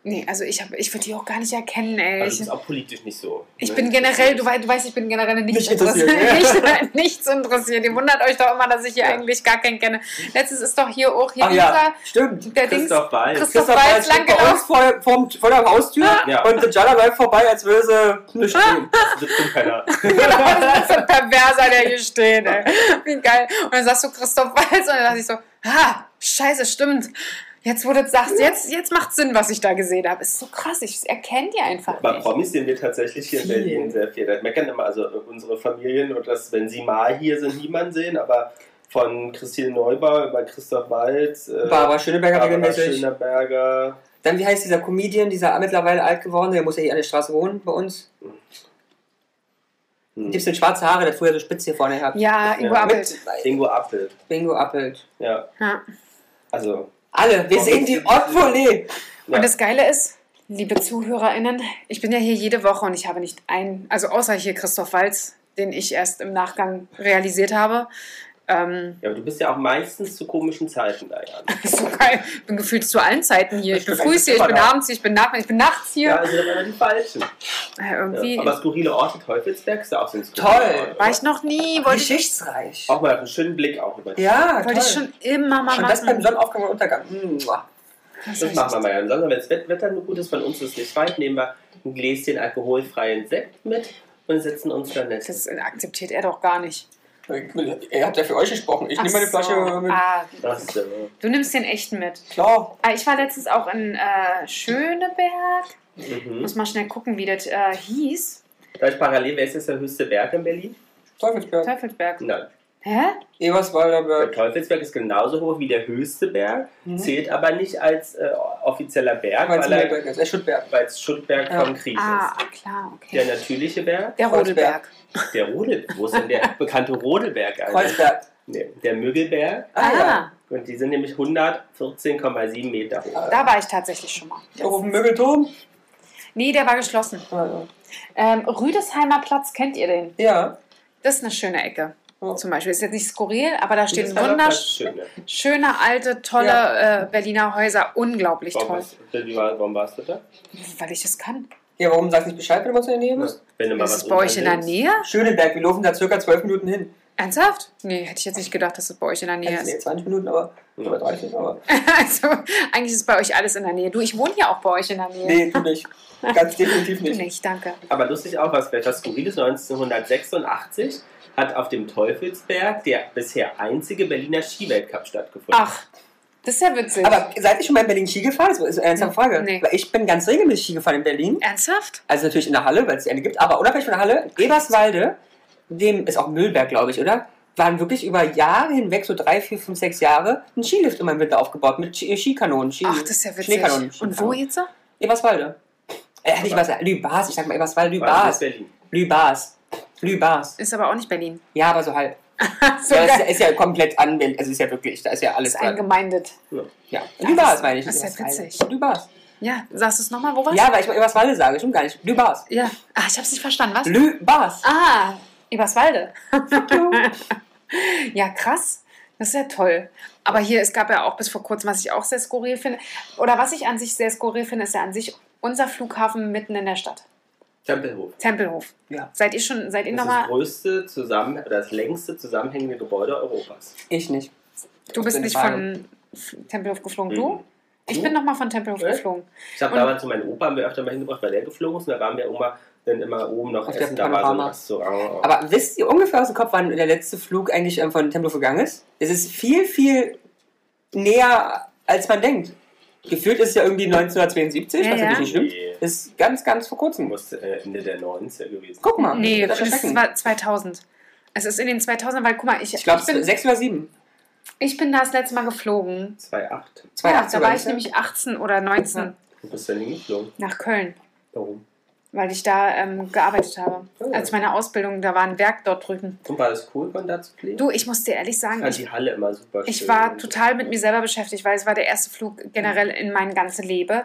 S1: Nee, also ich, hab- ich würde die auch gar nicht erkennen, ey.
S3: Also, du
S1: Ich,
S3: bist auch politisch nicht so.
S1: ich
S3: ne?
S1: bin generell, du, wei- du weißt, ich bin generell nicht,
S2: Nicht interessiert,
S1: nicht, äh, nichts interessiert. Ihr wundert euch doch immer, dass ich hier
S3: Ja.
S1: eigentlich gar keinen kenne. Letztens ist doch hier auch hier
S2: Ach ja,
S1: dieser,
S2: stimmt.
S1: der Dings,
S3: Christoph Waltz.
S1: Christoph-
S2: Christoph
S1: Waltz
S2: Waltz steht bei
S1: langgelaufen.
S2: uns vor, vor, vor der Haustür
S3: Ja.
S2: und der Jalla läuft vorbei, als würde sie nicht stehen.
S3: Also Das wird schon keiner.
S1: Genau, das ist so ein Perverser, der hier steht, ey. Wie geil. Und dann sagst du Christoph Walz und dann dachte ich so, ha, scheiße, stimmt. Jetzt, wo du das sagst, jetzt, jetzt macht Sinn, was ich da gesehen habe. Ist so krass, ich erkenne die einfach
S3: Bei
S1: nicht.
S3: Promis sehen wir tatsächlich hier in
S2: Viel.
S3: Berlin sehr viel. Das meckern immer also unsere Familien und das, wenn sie mal hier sind, niemand sehen, aber von Christine Neubauer über Christoph Waltz, äh,
S2: Barbara Schöneberger
S3: Barbara
S2: regelmäßig.
S3: Schöneberger,
S2: Dann, wie heißt dieser Comedian, dieser mittlerweile alt geworden, der muss ja hier an der Straße wohnen bei uns.
S3: hm.
S2: Gibt's denn schwarze Haare, der früher so spitz hier vorne gehabt?
S1: Ja, Ingo
S3: Ja.
S1: Appelt.
S3: Ingo Appelt.
S2: Bingo Appelt.
S3: Ja,
S1: Ja.
S3: also
S2: Alle, wir
S3: Warum
S2: sehen die
S3: sind die-
S2: Opferlee.
S3: Ja.
S1: Und das Geile ist, liebe ZuhörerInnen, ich bin ja hier jede Woche und ich habe nicht einen, also außer hier Christoph Walz, den ich erst im Nachgang realisiert habe. Ähm,
S3: Ja, aber du bist ja auch meistens zu komischen Zeiten da, Jan.
S1: ist so geil. Ich bin gefühlt zu allen Zeiten hier. Ich bin
S3: Stimmt,
S1: früh hier, ich
S3: immer
S1: bin
S3: da.
S1: abends hier, ich bin nachts, ich bin nachts
S3: Ja,
S1: hier.
S3: also das sind immer die falschen.
S1: Äh, irgendwie
S3: Ja. Aber skurrile Orte, Teufelsberg ist ja auch so ein skurriler
S2: Toll.
S3: Ort, oder?
S1: war ich noch nie, wollte ich,
S2: Geschichtsreich.
S3: Auch mal einen schönen Blick auch über die
S2: Ja,
S1: wollte
S2: Ah, toll.
S1: ich schon immer mal
S2: Und das beim
S1: machen.
S2: Sonnenaufgang und Untergang. Mua.
S3: Das machen wir mal ja. Sonst, wenn das Wett- Wetter nur gut ist, von uns ist es nicht weit, nehmen wir ein Gläschen alkoholfreien Sekt mit und setzen uns dann nett.
S1: Das akzeptiert er doch gar nicht.
S2: Ihr habt ja für euch gesprochen. Ich
S1: Ach
S2: nehme meine Flasche
S1: so.
S2: mit.
S1: Ah,
S3: Ach so.
S1: du nimmst den echten mit.
S2: Klar.
S1: Ah, Ich war letztens auch in äh, Schöneberg.
S3: Mhm.
S1: Muss mal schnell gucken, wie das äh, hieß.
S3: Gleich parallel, wer ist jetzt der höchste Berg in Berlin?
S2: Teufelsberg.
S1: Teufelsberg.
S3: Nein.
S1: Hä?
S2: Eberswalder
S3: Der
S2: Berg.
S3: Teufelsberg ist genauso hoch wie der höchste Berg,
S2: Mhm.
S3: zählt aber nicht als äh, offizieller Berg,
S2: Weil es
S3: weil er-
S2: Mühlberg ist. Äh, Schuttberg.
S3: weil es Schuttberg
S2: Ja.
S3: vom Krieg
S1: Ah,
S3: ist.
S1: klar,
S3: Der
S1: okay.
S3: natürliche Berg,
S1: Der
S2: Kreuzberg.
S1: Rodelberg.
S3: der Rodelberg. Wo ist denn der bekannte Rodelberg eigentlich?
S2: Kreuzberg.
S3: Nee, der Müggelberg.
S1: Ah,
S2: ja.
S3: Und die sind nämlich 114,7 Meter hoch.
S1: Ah, da war ich tatsächlich schon mal.
S2: Auch auf dem Mögelturm?
S1: Nee, der war geschlossen.
S2: Ja.
S1: Ähm, Rüdesheimer Platz, kennt ihr den?
S2: Ja.
S1: Das ist eine schöne Ecke.
S2: Ja.
S1: Zum Beispiel. Ist jetzt nicht skurril, aber da stehen
S3: Das war doch das
S1: wunderschöne,
S3: Schöne.
S1: alte, tolle äh, Berliner Häuser. Unglaublich
S3: Warum
S1: toll.
S3: warst, Äh, wie war, warum warst du da?
S1: Weil ich das kann.
S2: Ja, warum sagst du nicht Bescheid, wenn du was in der Nähe bist?
S3: Wenn du mal
S1: Ist
S3: was
S1: es bei euch in der
S3: unternimmst.
S1: Nähe?
S2: Schöneberg, wir laufen da circa 12 Minuten hin.
S1: Ernsthaft? Nee, hätte ich jetzt nicht gedacht, dass es bei euch in der Nähe
S2: Also,
S1: ist.
S2: nee, 20 Minuten, aber.
S3: Ja.
S2: Oder 30, aber.
S1: Also, eigentlich ist bei euch alles in der Nähe. Du, ich wohne ja auch bei euch in der Nähe.
S2: Nee, du nicht. Ganz definitiv
S1: Du
S2: nicht.
S1: nicht, danke.
S3: Aber lustig auch, was etwas Skurriles 1986 hat auf dem Teufelsberg der bisher einzige Berliner Skiweltcup stattgefunden.
S1: Ach, das ist ja witzig.
S2: Aber seid ihr schon mal in Berlin Ski gefahren? Das ist eine ernsthafte Frage.
S1: Nee.
S2: Weil ich bin ganz regelmäßig Ski gefahren in Berlin.
S1: Ernsthaft?
S2: Also natürlich in der Halle, weil es die eine gibt. Aber unabhängig von der Halle, in Eberswalde, dem ist auch Müllberg, glaube ich, oder? Waren wirklich über Jahre hinweg, so drei, vier, fünf, sechs Jahre, ein Skilift immer im Winter aufgebaut mit Ski- Skikanonen. Ski
S1: Ach, das ist ja witzig.
S2: Schneekanonen.
S1: Und wo jetzt?
S2: Eberswalde. Äh, nicht
S3: Aber-
S2: was, Lübars, ich sag mal Eberswalde,
S3: War
S2: Lübars.
S3: das Berlin.
S2: Lübars. Lübars.
S1: Ist aber auch nicht Berlin.
S2: Ja, aber so halt.
S1: So
S2: Ja, das
S1: geil.
S2: ist, ist ja komplett an, also ist ja wirklich, da ist ja alles
S1: ist
S2: dran.
S1: eingemeindet.
S2: Ja,
S1: das-
S2: Lübars meine ich.
S1: das ist ja
S2: Eberswalde.
S1: witzig.
S2: Lübars.
S1: Ja, sagst du es nochmal, wo war's?
S2: Ja, weil ich mal Eberswalde sage, stimmt gar nicht. Lübars.
S1: ja. Ah, ich hab's nicht verstanden, was?
S2: Lübars.
S1: ah, Eberswalde. ja, krass. Das ist ja toll. Aber hier, es gab ja auch bis vor kurzem, was ich auch sehr skurril finde. Oder was ich an sich sehr skurril finde, ist ja an sich unser Flughafen mitten in der Stadt.
S3: Tempelhof.
S1: Tempelhof.
S2: Ja,
S1: Seid ihr schon, seid ihr
S3: Das ist das
S1: nochmal,
S3: größte zusammen, oder das längste zusammenhängende Gebäude Europas.
S2: ich nicht.
S1: du bist
S2: bin
S1: nicht
S2: Fragen.
S1: von F- Tempelhof geflogen,
S3: Mhm.
S1: du? Ich
S2: Du?
S1: bin nochmal von Tempelhof
S3: Echt?
S1: geflogen.
S3: Ich habe
S1: Und-
S3: damals zu meinem Opa haben wir öfter mal hingebracht, weil der geflogen ist. Und da waren wir immer, dann immer oben noch
S2: Auf der
S3: essen. Da war so ein
S2: Panorama.
S3: Restaurant.
S2: Aber wisst ihr ungefähr aus dem Kopf, wann der letzte Flug eigentlich ähm, von Tempelhof gegangen ist? Es ist viel, viel näher, als man denkt. Gefühlt ist es ja irgendwie 1972,
S1: Ja,
S2: was natürlich
S1: ja.
S2: nicht stimmt.
S3: Nee.
S2: Ist ganz, ganz vor kurzem.
S3: muss äh, Ende der 90er gewesen
S2: Guck mal.
S1: Nee,
S2: das ist
S1: es
S2: erschreckend.
S1: war 2000. Es ist in den 2000ern, weil guck mal, ich,
S2: Ich glaube,
S1: ich, bin,
S2: sechs oder sieben.
S1: ich bin da das letzte Mal geflogen.
S3: 2008.
S2: Zwei,
S1: Ja,
S2: acht
S1: da
S2: sogar
S1: war
S2: nicht,
S1: ich
S2: ne?
S1: nämlich 18 oder 19
S2: Ja.
S3: Wo bist du denn hingeflogen?
S1: nach Köln.
S3: Warum?
S1: weil ich da ähm, gearbeitet habe.
S3: Oh.
S1: Als meine Ausbildung, da war ein Werk dort drüben.
S3: Und war das cool, von da zu fliegen?
S1: Du, ich muss dir ehrlich
S3: ich
S1: sagen,
S3: fand
S1: ich,
S3: die Halle immer super schön.
S1: ich war total mit mir selber beschäftigt, weil es war der erste Flug generell in mein ganzes Leben.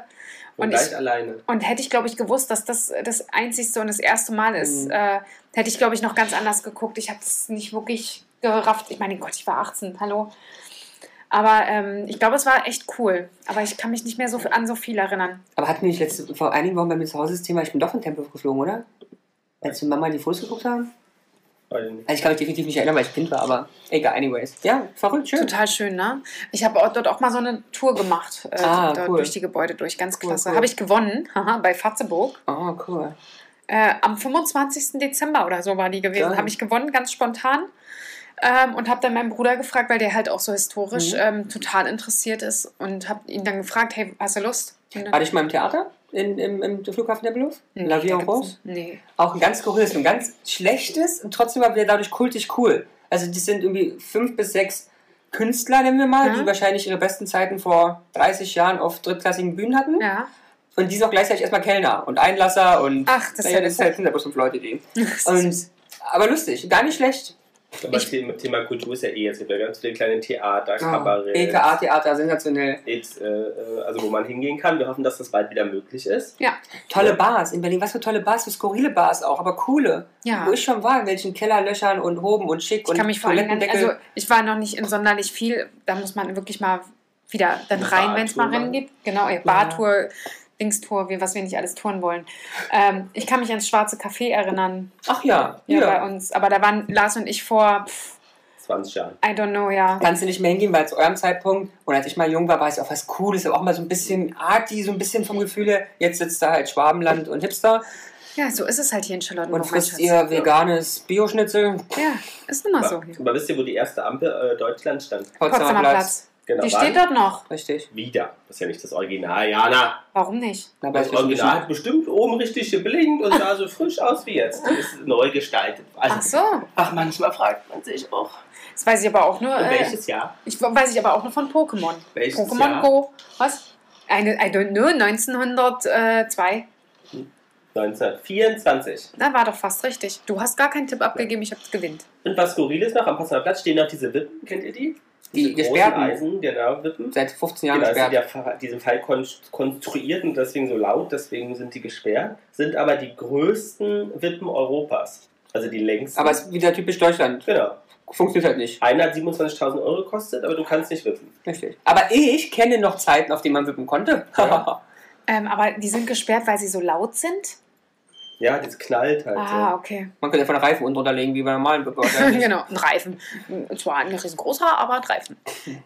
S3: Und
S1: und
S3: gleich
S1: ich-
S3: alleine.
S1: Und hätte ich, glaube ich, gewusst, dass das äh, das einzigste und das erste Mal ist,
S3: Mhm.
S1: äh, hätte ich, glaube ich, noch ganz anders geguckt. Ich habe es nicht wirklich gerafft. Ich meine, Gott, ich war 18, hallo. Aber ähm, ich glaube, es war echt cool. Aber ich kann mich nicht mehr so viel- an so viel erinnern.
S2: Aber hatten wir nicht letzte, vor einigen Wochen bei mir zu Hause das Thema, ich bin doch in Tempelhof geflogen, oder? Als wir Mama die Fotos geguckt haben?
S3: Weiß ich nicht.
S2: Also ich kann mich definitiv nicht erinnern, weil ich Kind war, aber egal, anyways. Ja, verrückt, schön.
S1: Total schön, ne? Ich habe auch- dort auch mal so eine Tour gemacht, äh,
S2: Ah,
S1: dort
S2: cool.
S1: durch die Gebäude durch. Ganz
S2: Cool,
S1: klasse.
S2: cool.
S1: Habe ich gewonnen, haha, bei Fatzeburg.
S2: Oh, cool.
S1: Äh, am 25. Dezember oder so war die gewesen.
S2: Geil.
S1: Habe ich gewonnen, ganz spontan. Ähm, und habe dann meinen Bruder gefragt, weil der halt auch so historisch
S2: Mhm.
S1: ähm, total interessiert ist. Und habe ihn dann gefragt, hey, hast du Lust? Und dann-
S2: War ich mal im Theater? In, im, im Flughafen Tempelhof?
S1: Nee,
S2: La Vie
S1: da
S2: en
S1: gibt's-
S2: Rose?
S1: Nee.
S2: Auch ein ganz skurriles, ein ganz schlechtes und trotzdem war wieder dadurch kultisch cool. Also das sind irgendwie fünf bis sechs Künstler, nennen wir mal,
S1: Ja.
S2: die wahrscheinlich ihre besten Zeiten vor 30 Jahren auf drittklassigen Bühnen hatten.
S1: Ja.
S2: Und die sind auch gleichzeitig erstmal Kellner und Einlasser und...
S1: Ach, das ist
S2: naja,
S1: ja
S2: das
S1: das.
S2: ist halt, sind ja bloß fünf Leute, die...
S1: das ist-
S2: Und, aber lustig, gar nicht schlecht.
S3: Aber
S1: Ich- Ah,
S3: Thema, Thema Kultur ist ja eh, es gibt ja ganz viele kleine Theater,
S2: Oh,
S3: Kabarett,
S2: BKA-Theater, sensationell.
S3: Jetzt, äh, äh, also wo man hingehen kann. Wir hoffen, dass das bald wieder möglich ist.
S2: Tolle Bars in Berlin, was für tolle Bars, für skurrile Bars auch, aber coole.
S1: ja.
S2: Wo ich schon war, in welchen Kellerlöchern und Hoben und schick
S1: Ich
S2: und
S1: kann mich vor allem, an- also
S2: Toilettendeckel.
S1: ich war noch nicht in sonderlich viel, da muss man wirklich mal wieder dann
S3: Eine
S1: rein, wenn es mal
S3: Bartour
S1: rein geht. Genau, ja, Bartour, Dingstour, wie, was wir nicht alles touren wollen. Ähm, ich kann mich ans Schwarze Café erinnern,
S2: Ach ja,
S1: also- ja,
S2: ja.
S1: bei uns, aber da waren Lars und ich vor, pff,
S3: 20 Jahre.
S1: I don't know, ja.
S2: Kannst du nicht mehr hingehen, weil zu eurem Zeitpunkt, und als ich mal jung war, war es auch was Cooles, aber auch mal so ein bisschen arty, so ein bisschen vom Gefühle. Jetzt sitzt da halt Schwabenland und Hipster
S1: Ja, so ist es halt hier in Charlottenburg.
S2: und frisst
S1: mein Schatz.
S2: ihr veganes Bioschnitzel.
S1: Ja, ist nun mal
S3: aber,
S1: so hier.
S3: aber wisst ihr, wo die erste Ampel äh, Deutschland stand?
S1: Potsdamer Platz.
S3: Genau,
S1: Die
S3: wann?
S1: steht dort noch.
S2: Richtig.
S3: Wieder. Das ist ja nicht das Original, Jana.
S1: Warum nicht?
S2: Na, aber
S3: Das
S2: ich bin
S3: Also Original hat bestimmt oben richtig geblinkt und sah so frisch aus wie jetzt. Das ist neu gestaltet. Also,
S1: Ach so.
S3: ach, manchmal fragt man sich auch.
S1: Das weiß ich aber auch nur.
S3: Und
S1: Äh,
S3: welches Jahr?
S1: ich weiß ich aber auch nur von Pokémon.
S3: Welches
S1: Pokémon
S3: Jahr?
S1: Go. Was? Eine, I don't know, 1902.
S3: 1924.
S1: Na, war doch fast richtig. Du hast gar keinen Tipp abgegeben, ich hab's gewinnt.
S3: Und was Skurriles noch, am Potsdamer Platz stehen noch diese Wippen, kennt ihr die?
S2: Die
S3: großen
S2: gesperrten.
S3: Eisen, genau, Wippen.
S2: seit 15 Jahren
S3: Genau, es sind ja
S2: gesperrt.
S3: Fahrrad- diesen Fall kon konstruiert und deswegen so laut, deswegen sind die gesperrt, sind aber die größten Wippen Europas. Also die längsten.
S2: Aber es ist wieder typisch Deutschland.
S3: genau.
S2: Funktioniert halt nicht.
S3: Einer hat 27.000 Euro gekostet, aber du kannst nicht wippen.
S2: Richtig. Aber ich kenne noch Zeiten, auf denen man wippen konnte.
S3: Ja.
S1: Ähm, aber die sind gesperrt, weil sie so laut sind?
S3: Ja, das knallt halt.
S1: Ah,
S3: so.
S1: okay.
S2: Man könnte einfach eine Reife unten drunterlegen, wie bei normalen Wippen.
S1: genau, ein Reifen. Und Zwar ein riesengroßer, aber ein Reifen.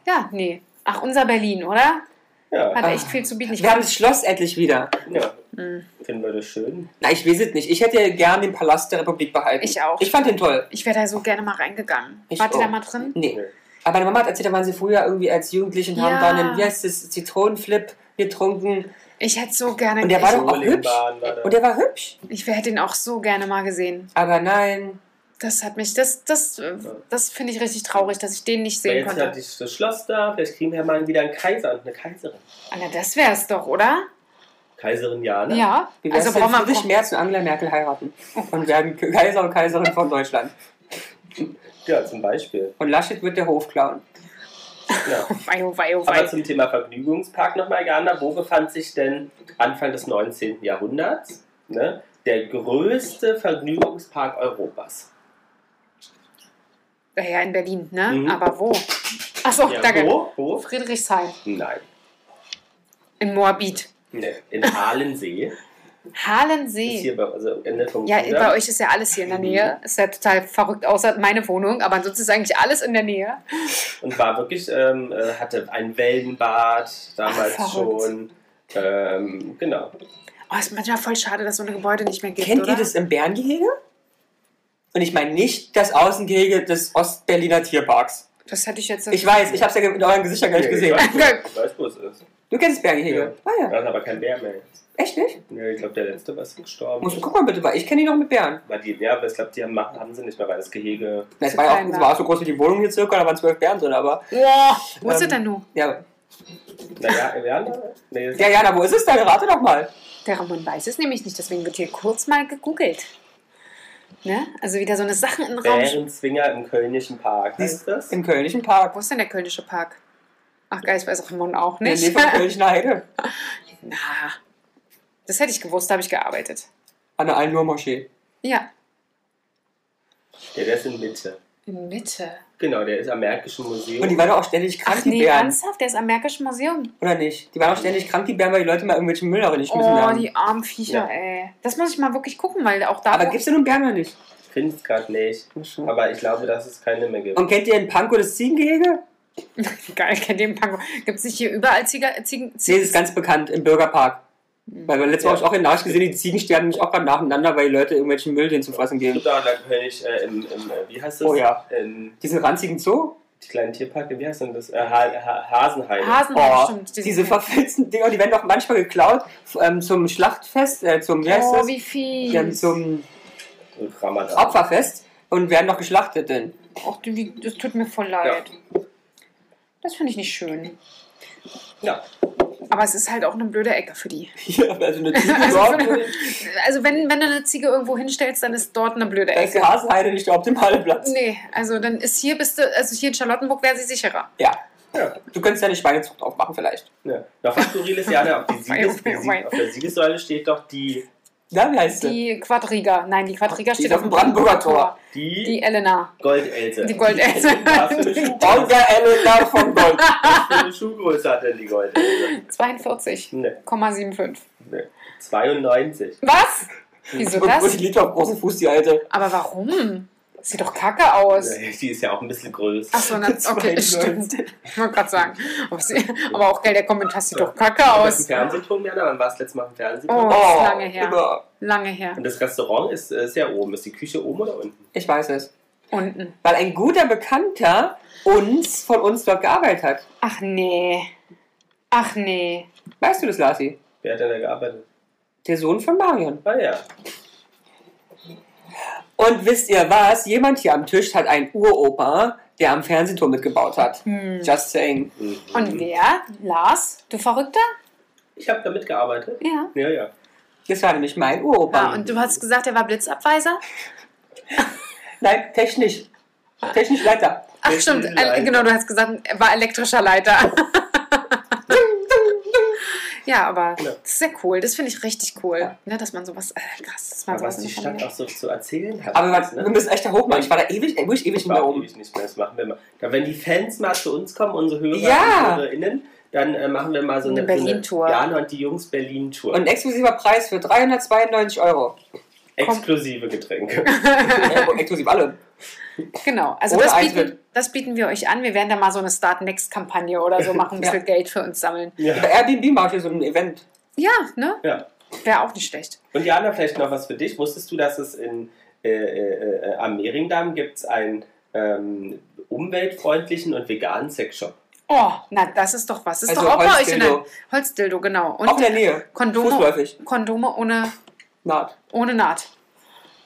S1: Ja, nee. Ach, unser Berlin, oder? Hat
S3: Ja,
S2: Ah.
S1: echt viel zu bieten. Ich
S2: Wir haben das Schloss endlich wieder.
S3: ja.
S1: Hm.
S3: Finden wir das schön.
S2: Na, ich weiß es nicht. Ich hätte gern den Palast der Republik behalten.
S1: Ich auch.
S2: Ich fand den toll.
S1: Ich wäre da so gerne mal reingegangen.
S2: Ich
S1: Wart ihr da
S2: auch.
S1: mal drin?
S2: Nee. Aber meine Mama hat erzählt, da waren sie früher irgendwie als Jugendlichen, haben
S1: Ja.
S2: dann einen yes, das Zitronenflip getrunken.
S1: Ich hätte so gerne.
S2: Und der war
S1: ich,
S2: doch auch hübsch.
S3: Bowlingbahn war da.
S2: Und der war hübsch.
S1: ich hätte ihn auch so gerne mal gesehen.
S2: Aber nein.
S1: Das hat mich. Das, das, äh, das finde ich richtig traurig, dass ich den nicht
S3: Aber
S1: sehen
S3: jetzt hat
S1: konnte.
S3: ich das Schloss da, vielleicht kriegen wir mal wieder einen Kaiser und eine Kaiserin.
S1: Alter, das wäre es doch, oder?
S3: Kaiserin Jana.
S1: Ja.
S2: Wie wär's
S1: Also
S2: also denn
S1: brauchen wir
S2: Friedrich Merz und Angela Merkel heiraten? Und werden Kaiser und Kaiserin von Deutschland.
S3: ja zum Beispiel.
S2: Und Laschet wird der Hofclown.
S3: Ja.
S1: Wei, oh, wei, oh,
S3: Aber
S1: wei.
S3: zum Thema Vergnügungspark nochmal, Jana, wo befand sich denn Anfang des 19. Jahrhunderts ne, der größte Vergnügungspark Europas?
S1: Naja, in Berlin, ne?
S3: Mhm.
S1: Aber wo? Achso,
S3: Ja,
S1: danke.
S3: wo? wo?
S1: Friedrichshain.
S3: Nein,
S1: In Moabit.
S3: ne, in Ahlensee. Ist
S1: Halensee.
S3: hier bei, also Ende vom
S1: Ja,
S3: Kudamm.
S1: bei euch ist ja alles hier in der
S3: Mhm.
S1: Nähe. Ist ja total verrückt, außer meine Wohnung. Aber ansonsten ist eigentlich alles in der Nähe.
S3: Und war wirklich, ähm, äh, hatte ein Wellenbad damals
S1: Ach, verrückt.
S3: schon. Ähm, genau.
S1: Oh, ist manchmal voll schade, dass so eine Gebäude nicht mehr gibt.
S2: Kennt
S1: oder?
S2: ihr das im Bärengehege? Und ich meine nicht das Außengehege des Ostberliner Tierparks.
S1: Das hätte ich jetzt.
S2: Ich weiß, ich habe es ja in euren Gesichtern gar nicht
S3: Nee,
S2: gesehen.
S3: Ich weiß, ich weiß, wo es ist.
S2: Du kennst das Bärengehege?
S3: Ja.
S2: Ah ja.
S3: Da ist aber kein Bär mehr.
S2: Echt nicht?
S3: Nee, ich glaube, der letzte war gestorben.
S2: Muss, guck mal bitte, weil ich kenne die noch mit Bären.
S3: War die, ja, aber ich glaube, die haben, haben sie nicht mehr, weil das Gehege
S2: Na, es war ja auch
S1: Kein
S2: es war auch so groß wie die Wohnung hier circa, da waren zwölf Bären drin, aber
S1: Wow, wo ist
S2: Ähm,
S1: er denn nun?
S2: ja,
S3: Naja, Werner? ne, Nee,
S2: Ja, Jana, wo ist es denn? Rate doch mal.
S1: Der Ramon weiß es nämlich nicht, deswegen wird hier kurz mal gegoogelt. Ne? Also wieder so eine Sachen in den
S3: Äh.
S1: Raum.
S3: Bärenzwinger im Kölnischen Park.
S2: Dies-
S3: Heißt das?
S2: Im Kölnischen Park.
S1: Wo ist denn der Kölnische Park? Ach geil, das weiß Ramon auch
S2: In der Nähe
S1: nicht.
S2: von Kölnischen Heide.
S1: Na, das hätte ich gewusst, da habe ich gearbeitet.
S2: An der Al-Nur-Moschee.
S1: Ja,
S3: Ja, der ist in Mitte.
S1: in Mitte.
S3: Genau, der ist am Märkischen Museum.
S2: Und die waren doch auch ständig krank,
S1: Ach
S2: die
S1: nee,
S2: Bären.
S1: ernsthaft? Der ist am Märkischen Museum.
S2: Oder nicht? Die waren auch ständig krank, die Bären, weil die Leute mal irgendwelchen Müll darin nicht müssen
S1: Oh,
S2: haben.
S1: die armen Viecher,
S3: Ja.
S1: ey. Das muss ich mal wirklich gucken, weil auch da...
S2: Aber
S1: wo-
S2: gibt's denn nun Bären oder nicht?
S3: Ich finde es gerade nicht. Aber ich glaube, dass es keine mehr gibt.
S2: Und kennt ihr in Pankow das Ziegengehege?
S1: Geil, kennt ihr den Panko. Gibt es nicht hier überall Ziegen... Ziegen,
S2: Nee, das ist ganz bekannt im Bürgerpark.
S1: Hm.
S2: Weil wir letztes Mal
S3: Ja.
S2: hab ich auch in Nachricht gesehen, die Ziegen sterben nämlich auch gerade nacheinander, weil die Leute irgendwelchen Müll denen zu fressen geben.
S3: Da, da kann ich äh, im, im, äh, wie heißt das?
S2: Oh ja.
S3: In
S2: Diesen ranzigen Zoo?
S3: die kleinen Tierparke, wie heißt denn das? Äh, ha ha Hasenheide.
S1: Hasen,
S2: Oh,
S1: stimmt. die
S2: diese
S1: sind-
S2: verfilzten Dinger, die werden doch manchmal geklaut f- ähm, zum Schlachtfest, äh, zum, wie heißt
S1: Oh,
S2: das?
S1: wie viel.
S2: Ja, zum
S3: Und Ramadan.
S2: Opferfest und werden doch geschlachtet denn.
S1: Ach, du, wie- das tut mir voll leid. Das finde ich nicht schön.
S3: Ja.
S1: Aber es ist halt auch eine blöde Ecke für die.
S2: Ja, also eine Ziege
S1: Also
S2: dort,
S1: für- Also wenn, wenn du eine Ziege irgendwo hinstellst, dann ist dort eine blöde
S2: da ist
S1: Ecke.
S2: die Hasenheide nicht der optimale Platz.
S1: Nee, also dann ist hier bist du, also hier in Charlottenburg wäre sie sicherer.
S2: Ja,
S3: Ja.
S2: du könntest ja eine Schweinezucht aufmachen vielleicht.
S3: ja. Noch was Skurriles, ja, da auf, die
S1: Mei, oh
S3: Sieges
S1: mei, oh mei.
S3: auf der Siegessäule steht doch die,
S2: Ja, wie heißt sie?
S1: Die Quadriga, nein, die Quadriga
S2: Die
S1: steht
S2: ist auf dem Brandenburger Tor.
S3: die,
S1: Die Elena,
S3: Goldelse.
S1: die Goldelse.
S3: Was für eine Schuh-
S2: Und der Elena von Gold.
S3: was für eine Schuhgröße hat denn die Goldelse?
S1: 42,75.
S3: Ne, ne. 92.
S1: Was? Wieso
S2: Und die
S1: das?
S2: liegt auf großen Fuß, die Alte.
S1: Aber warum? Sieht doch kacke aus.
S3: Ne, Die ist ja auch ein bisschen größer.
S1: Ach so, ne, na, okay,
S2: 92.
S1: stimmt. Ich wollte gerade sagen. Aber sie- Aber auch, gell, der Kommentar sieht doch kacke
S3: Aus dem
S1: aus.
S3: Fernsehturm, ja, wann war es letztes Mal im Fernsehturm?
S1: Oh, das ist lange her.
S2: über-
S1: Lange her.
S3: Und das Restaurant ist äh, sehr oben. Ist die Küche oben oder unten?
S2: Ich weiß es.
S1: Unten.
S2: Weil ein guter Bekannter uns von uns dort gearbeitet hat.
S1: Ach nee. Ach nee.
S2: Weißt du das, Lasi?
S3: Wer hat denn da gearbeitet?
S2: Der Sohn von Marion.
S3: Ah ja.
S2: Und wisst ihr was? Jemand hier am Tisch hat einen Uropa, der am Fernsehturm mitgebaut hat.
S1: Hm.
S2: Just saying.
S3: Mhm.
S1: Und wer? Lars? Du Verrückter?
S3: Ich habe da mitgearbeitet.
S1: Ja.
S3: Ja, ja.
S2: Das war nämlich mein Uropa.
S1: Ah, und du hast gesagt, er war Blitzabweiser?
S2: Nein, technisch. Technisch weiter.
S1: Ach
S3: Technische
S1: stimmt,
S3: Leiter.
S1: äh, genau, du hast gesagt, er war elektrischer Leiter. ja, aber
S3: Ja.
S1: das ist sehr cool. Das finde ich richtig cool. Ne, dass man sowas, äh, krass, dass man
S3: Aber was
S1: sowas
S3: die
S1: in der
S3: Stadt
S1: Familie-
S3: auch so zu erzählen hat.
S2: Aber
S3: was,
S2: was, wir müssen echt da hoch machen. Ich war da ewig, ewig, ewig
S3: Ich
S2: nicht mehr um.
S3: war
S2: oben.
S3: ewig nicht mehr. Das machen wir mal. Da, wenn die Fans mal zu uns kommen, unsere Hörer
S2: Ja.
S3: und HörerInnen, dann äh, machen wir mal so
S1: Eine
S3: eine,
S1: Berlin-Tour.
S3: So eine Jana und die Jungs Berlin-Tour.
S2: Und ein exklusiver Preis für 392 Euro.
S3: Exklusive Getränke.
S2: Äh, Exklusiv alle.
S1: Genau, also
S2: Ohne
S1: das bieten,
S2: Eintritt.
S1: das bieten wir euch an. Wir werden da mal so eine Start Next Kampagne oder so machen, ein bisschen Geld für uns sammeln.
S2: Bei
S3: ja.
S2: Airbnb mache ich hier so ein Event.
S1: Ja, ne?
S3: ja.
S1: Wäre auch nicht schlecht.
S3: Und Jana, vielleicht noch was für dich. Wusstest du, dass es in, äh, äh, äh, am Mehringdamm gibt es einen ähm, umweltfreundlichen und veganen Sexshop?
S1: Oh, na, das ist doch was. Das ist
S2: Also
S1: doch auch bei euch in der
S2: Holzdildo.
S1: Holzdildo, genau. Und
S2: Auch in der Nähe.
S1: Kondome,
S2: Fußläufig.
S1: Kondome ohne,
S2: Naht.
S1: ohne Naht.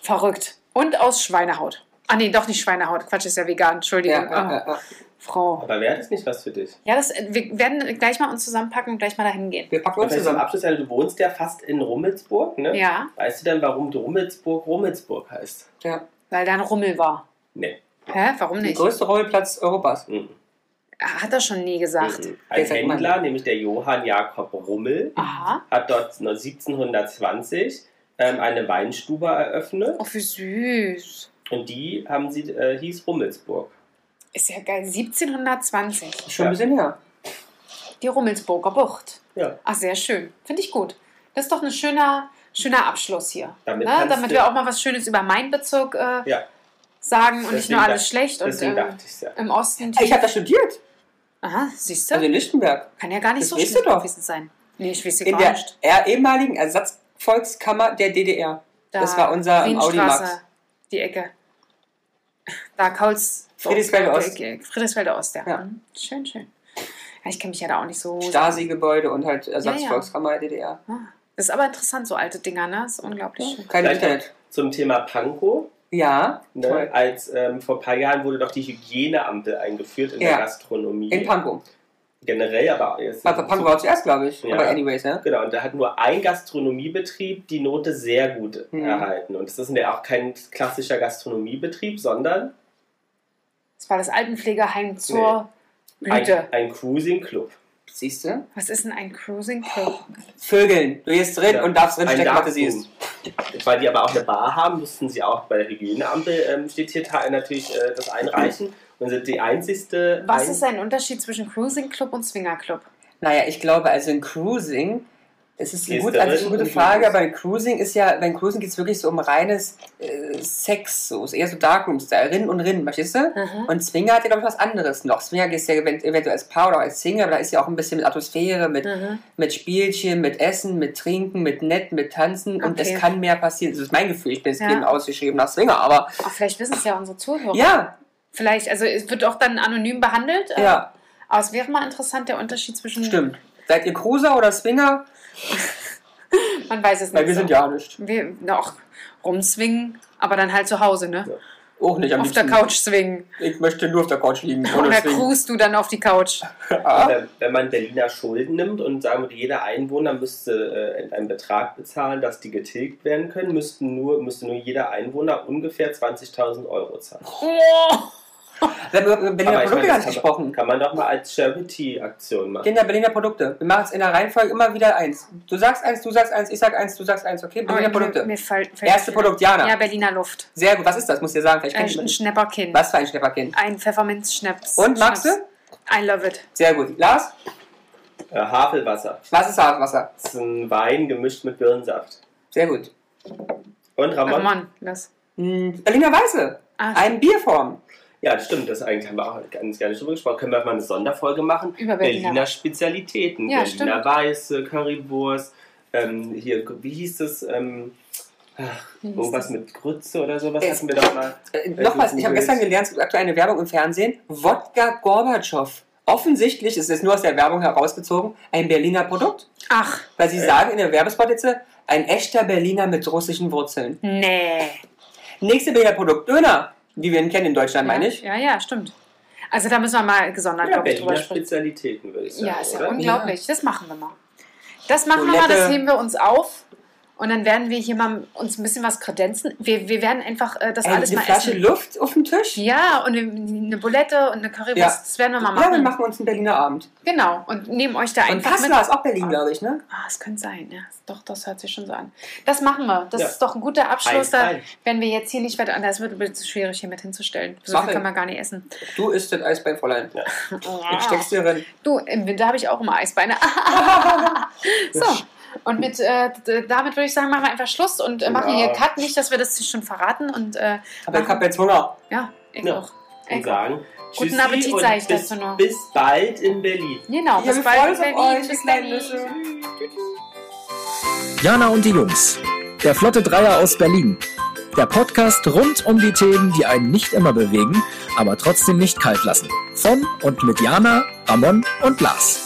S1: Verrückt. Und aus Schweinehaut. Ah, nee, doch nicht Schweinehaut. Quatsch, ist ja vegan.
S2: Ja,
S1: Entschuldigung.
S2: ja,
S1: Ah,
S2: ja, ja.
S1: Frau.
S3: Aber wäre das nicht was für dich?
S1: Ja, das, äh, wir werden gleich mal uns zusammenpacken und gleich mal dahin gehen.
S2: Wir packen
S3: Und
S2: uns
S3: vielleicht zum
S2: zusammen.
S3: Abschluss, Jana, du wohnst ja fast in Rummelsburg, ne?
S1: Ja,
S3: Weißt du denn, warum Rummelsburg Rummelsburg heißt? Ne.
S2: Ja.
S1: weil da ein Rummel war.
S3: Nee.
S1: Hä? Warum
S2: Der
S1: nicht?
S2: größte Rollplatz Europas.
S3: Mhm.
S1: Hat er schon nie gesagt.
S3: Mhm.
S2: Der
S3: Ein
S2: sagt man-
S3: Händler, nämlich der Johann Jakob Rummel,
S1: Aha.
S3: hat dort 1720 ähm, eine Weinstube eröffnet
S1: Oh, wie süß.
S3: und die haben sie, äh, hieß Rummelsburg.
S1: Ist ja geil. 1720.
S2: Schon ein
S3: Ja.
S2: bisschen her.
S1: Die Rummelsburger Bucht.
S3: Ja.
S1: Ach, sehr schön. Finde ich gut. Das ist doch ein schöner, schöner Abschluss hier.
S3: Damit
S1: ne?
S3: kannst
S1: Damit
S3: du-
S1: wir auch mal was Schönes über meinen Bezirk äh,
S3: Ja.
S1: sagen und nicht
S3: Deswegen
S1: nur alles
S3: dacht-
S1: schlecht. Und
S3: Deswegen
S1: ähm,
S3: dachte ich ja.
S1: im Osten.
S2: Ich habe da studiert.
S1: Aha, siehst
S2: Also
S1: du?
S2: in Lichtenberg.
S1: Kann ja gar nicht
S2: das
S1: so
S2: weißt
S1: schlecht
S2: du doch.
S1: gewesen sein. Nee, ich weiß ja
S2: In
S1: gar
S2: der
S1: nicht.
S2: er- ehemaligen Ersatzvolkskammer der DDR.
S1: Da,
S2: das war unser im
S1: Wienstraße,
S2: Audimax.
S1: Die Ecke. Da Kauls.
S2: Friedrichsfelde Ost.
S1: Friedrichsfelde Ost, ja.
S2: Ja.
S1: Mhm. Schön, schön. Ja, ich kenne mich Oh, ja da auch nicht so.
S2: Stasi-Gebäude und halt
S1: Ja, ja.
S2: Ersatzvolkskammer der DDR.
S1: Ah, Das ist aber interessant, so alte Dinger, ne? Das ist unglaublich schön.
S2: Kein
S3: Vielleicht
S2: Internet.
S3: Zum Thema Pankow.
S2: Ja,
S3: Ne?
S2: toll.
S3: Als ähm, vor ein paar Jahren wurde doch die Hygieneampel eingeführt in
S2: Ja.
S3: der Gastronomie.
S2: In Pankow.
S3: generell, aber jetzt.
S2: Aber Pankow war zuerst, glaube ich.
S3: Ja.
S2: Aber anyways, ne?
S3: Genau, und da hat nur ein Gastronomiebetrieb die Note sehr gut
S2: Mhm.
S3: erhalten. Und es ist ja auch kein klassischer Gastronomiebetrieb, sondern
S1: Das war das Altenpflegeheim zur Blüte.
S3: ein, ein Cruising Club.
S2: Siehst du?
S1: Was ist denn ein Cruising Club?
S2: Oh, Vögeln. Du gehst drin
S3: Ja.
S2: und darfst drinstecken, was du
S3: Darkroom.
S2: siehst.
S3: Weil die aber auch eine Bar haben, mussten sie auch bei der Hygieneampel ähm, steht hier teil- natürlich äh, das einreichen und sind die einzigste.
S1: Was
S3: ein-
S1: ist ein Unterschied zwischen Cruising Club und Swinger Club?
S2: Naja, ich glaube, also in Cruising, es ist eine,
S3: Gehst
S2: gut,
S3: du
S2: also es ist
S3: drin
S2: eine gute
S3: und
S2: Frage,
S3: gehst.
S2: aber in Cruising ist ja, bei Cruising geht es wirklich so um reines äh, Sex, so ist eher so Darkroom-Style, Rinnen und Rinnen, verstehst du? Und Swinger hat ja, glaube ich, was anderes noch. Swinger gehst ja event- eventuell als Paar oder als Single, aber da ist ja auch ein bisschen mit Atmosphäre, mit, mit Spielchen, mit Essen, mit Trinken, mit Nett, mit Tanzen und
S1: Okay.
S2: es kann mehr passieren. Das ist mein Gefühl, ich bin jetzt
S1: Ja.
S2: eben ausgeschrieben nach Swinger, aber
S1: Ach, vielleicht wissen es ja unsere Zuhörer.
S2: ja,
S1: Vielleicht, also es wird auch dann anonym behandelt. äh,
S2: ja,
S1: Aber es wäre mal interessant, der Unterschied zwischen.
S2: stimmt. Seid ihr Cruiser oder Swinger?
S1: Man weiß es nicht.
S2: Weil wir
S1: so.
S2: sind ja nicht.
S1: Wir, na, auch rumswingen, aber dann halt zu Hause, ne?
S2: Auch nicht am
S1: auf der
S2: liebsten.
S1: Couch swingen.
S2: Ich möchte nur auf der Couch liegen. ohne
S1: Oder
S2: Swing.
S1: cruist du dann auf die Couch.
S2: Ah,
S3: Wenn, wenn man Berliner Schulden nimmt und sagen würde, jeder Einwohner müsste äh, einen Betrag bezahlen, dass die getilgt werden können, müssten nur, müsste nur jeder Einwohner ungefähr 20.000 Euro zahlen.
S2: Wir haben über Berliner
S3: ich meine,
S2: Produkte
S3: das
S2: gar nicht
S3: kann,
S2: gesprochen.
S3: kann man doch mal als Charity-Aktion machen.
S2: Kinder, Berliner Produkte. Wir machen es in der Reihenfolge immer wieder eins. Du sagst eins, du sagst eins, ich sag eins, du sagst eins. Okay,
S1: Aber
S2: Berliner Produkte.
S1: Mir fall, fällt
S2: Erste Produkt, Jana.
S1: Ja, Berliner Luft.
S2: Sehr gut. Was ist das? Muss dir sagen. Vielleicht
S1: Äh,
S2: kenn ich
S1: ein
S2: jemanden.
S1: Schnäpperkind.
S2: Was für ein Schnäpperkind.
S1: Ein Pfefferminzschnaps.
S2: Und, magst
S1: Schnaps. I love it.
S2: Sehr gut. Lars,
S3: Äh, Havelwasser.
S2: was ist Hartwasser?
S3: Das ist ein Wein gemischt mit Birnensaft.
S2: Sehr gut.
S3: Und
S1: Ach
S3: Ramon?
S1: Mann, das.
S2: Hm, Berliner Weiße.
S1: Ah,
S2: Ein Bierform.
S3: Ja, das stimmt, das eigentlich haben wir auch ganz gerne drüber gesprochen. Können wir mal eine Sonderfolge machen?
S1: Über Berliner.
S3: Berliner, Spezialitäten.
S1: Ja,
S3: Berliner
S1: stimmt.
S3: Weiße, Currywurst, ähm, hier, wie hieß es? Ähm,
S1: wie hieß
S3: irgendwas
S1: das?
S3: mit Grütze oder sowas
S2: Es-
S3: hatten wir doch mal.
S2: Äh, noch
S3: du
S2: was. Ich habe
S3: googelst.
S2: gestern gelernt, es gibt aktuell eine Werbung im Fernsehen. Wodka Gorbatschow. Offensichtlich ist es nur aus der Werbung herausgezogen, ein Berliner Produkt.
S1: Ach,
S2: Weil sie sagen in der Werbespot jetzt, ein echter Berliner mit russischen Wurzeln.
S1: nee.
S2: Nächste Berliner Produkt, Döner. Wie wir ihn kennen in Deutschland, meine ich.
S1: Ja, ja, stimmt. Also da müssen wir mal gesondert,
S3: Ja,
S1: glaube ich, drüber
S3: Berliner
S1: sprechen.
S3: Spezialitäten, würde ich sagen.
S1: Ja, ist ja
S3: oder?
S1: unglaublich. Das machen wir mal. Das machen wir mal,
S2: Toilette.
S1: das heben wir uns auf. Und dann werden wir hier mal uns ein bisschen was kredenzen. Wir, wir werden einfach äh, das
S2: Ey,
S1: alles
S2: eine
S1: mal
S2: Flasche
S1: essen.
S2: Luft auf dem Tisch.
S1: Ja, und eine Bulette und eine Currywurst.
S2: Ja.
S1: Das werden wir mal
S2: Ja, wir
S1: machen.
S2: machen uns einen Berliner Abend.
S1: Genau. Und nehmen euch da
S2: Und
S1: einfach mit.
S2: Kassler ist auch Berlin, glaube ich, ne?
S1: Ah, es könnte sein. Ja, doch, das hört sich schon so an. Das machen wir. Das
S3: Ja.
S1: ist doch ein guter Abschluss.
S3: Eins,
S1: Da,
S3: eins.
S1: wenn wir jetzt hier nicht weiter... Das wird ein bisschen zu schwierig, hier mit hinzustellen. So
S2: Mach
S1: viel
S2: ich.
S1: kann man gar nicht essen.
S2: Du isst das Eisbein, Fräulein. Ich steck's dir rein.
S1: Du, im Winter habe ich auch immer Eisbeine. so, und mit, äh, d- damit würde ich sagen, machen wir einfach Schluss und äh, machen hier
S3: Ja.
S1: Cut. Nicht, dass wir das schon verraten. Und äh,
S2: Aber Ah. ich habe jetzt Hunger.
S1: ja, ich
S3: Ja.
S1: auch.
S3: Und
S1: Ich auch.
S3: sagen,
S1: Guten
S3: tschüssi
S1: Appetit,
S3: und
S1: sag ich
S3: bis,
S1: dazu noch.
S3: Bis bald in Berlin.
S1: Genau,
S2: Ich
S1: bis
S2: bin stolz
S1: bald.
S2: auf euch, also. ihr
S1: Bis
S2: kleinen
S1: dann.
S2: Nüsse.
S4: Jana und die Jungs. Der Flotte Dreier aus Berlin. Der Podcast rund um die Themen, die einen nicht immer bewegen, aber trotzdem nicht kalt lassen. Von und mit Jana, Ramon und Lars.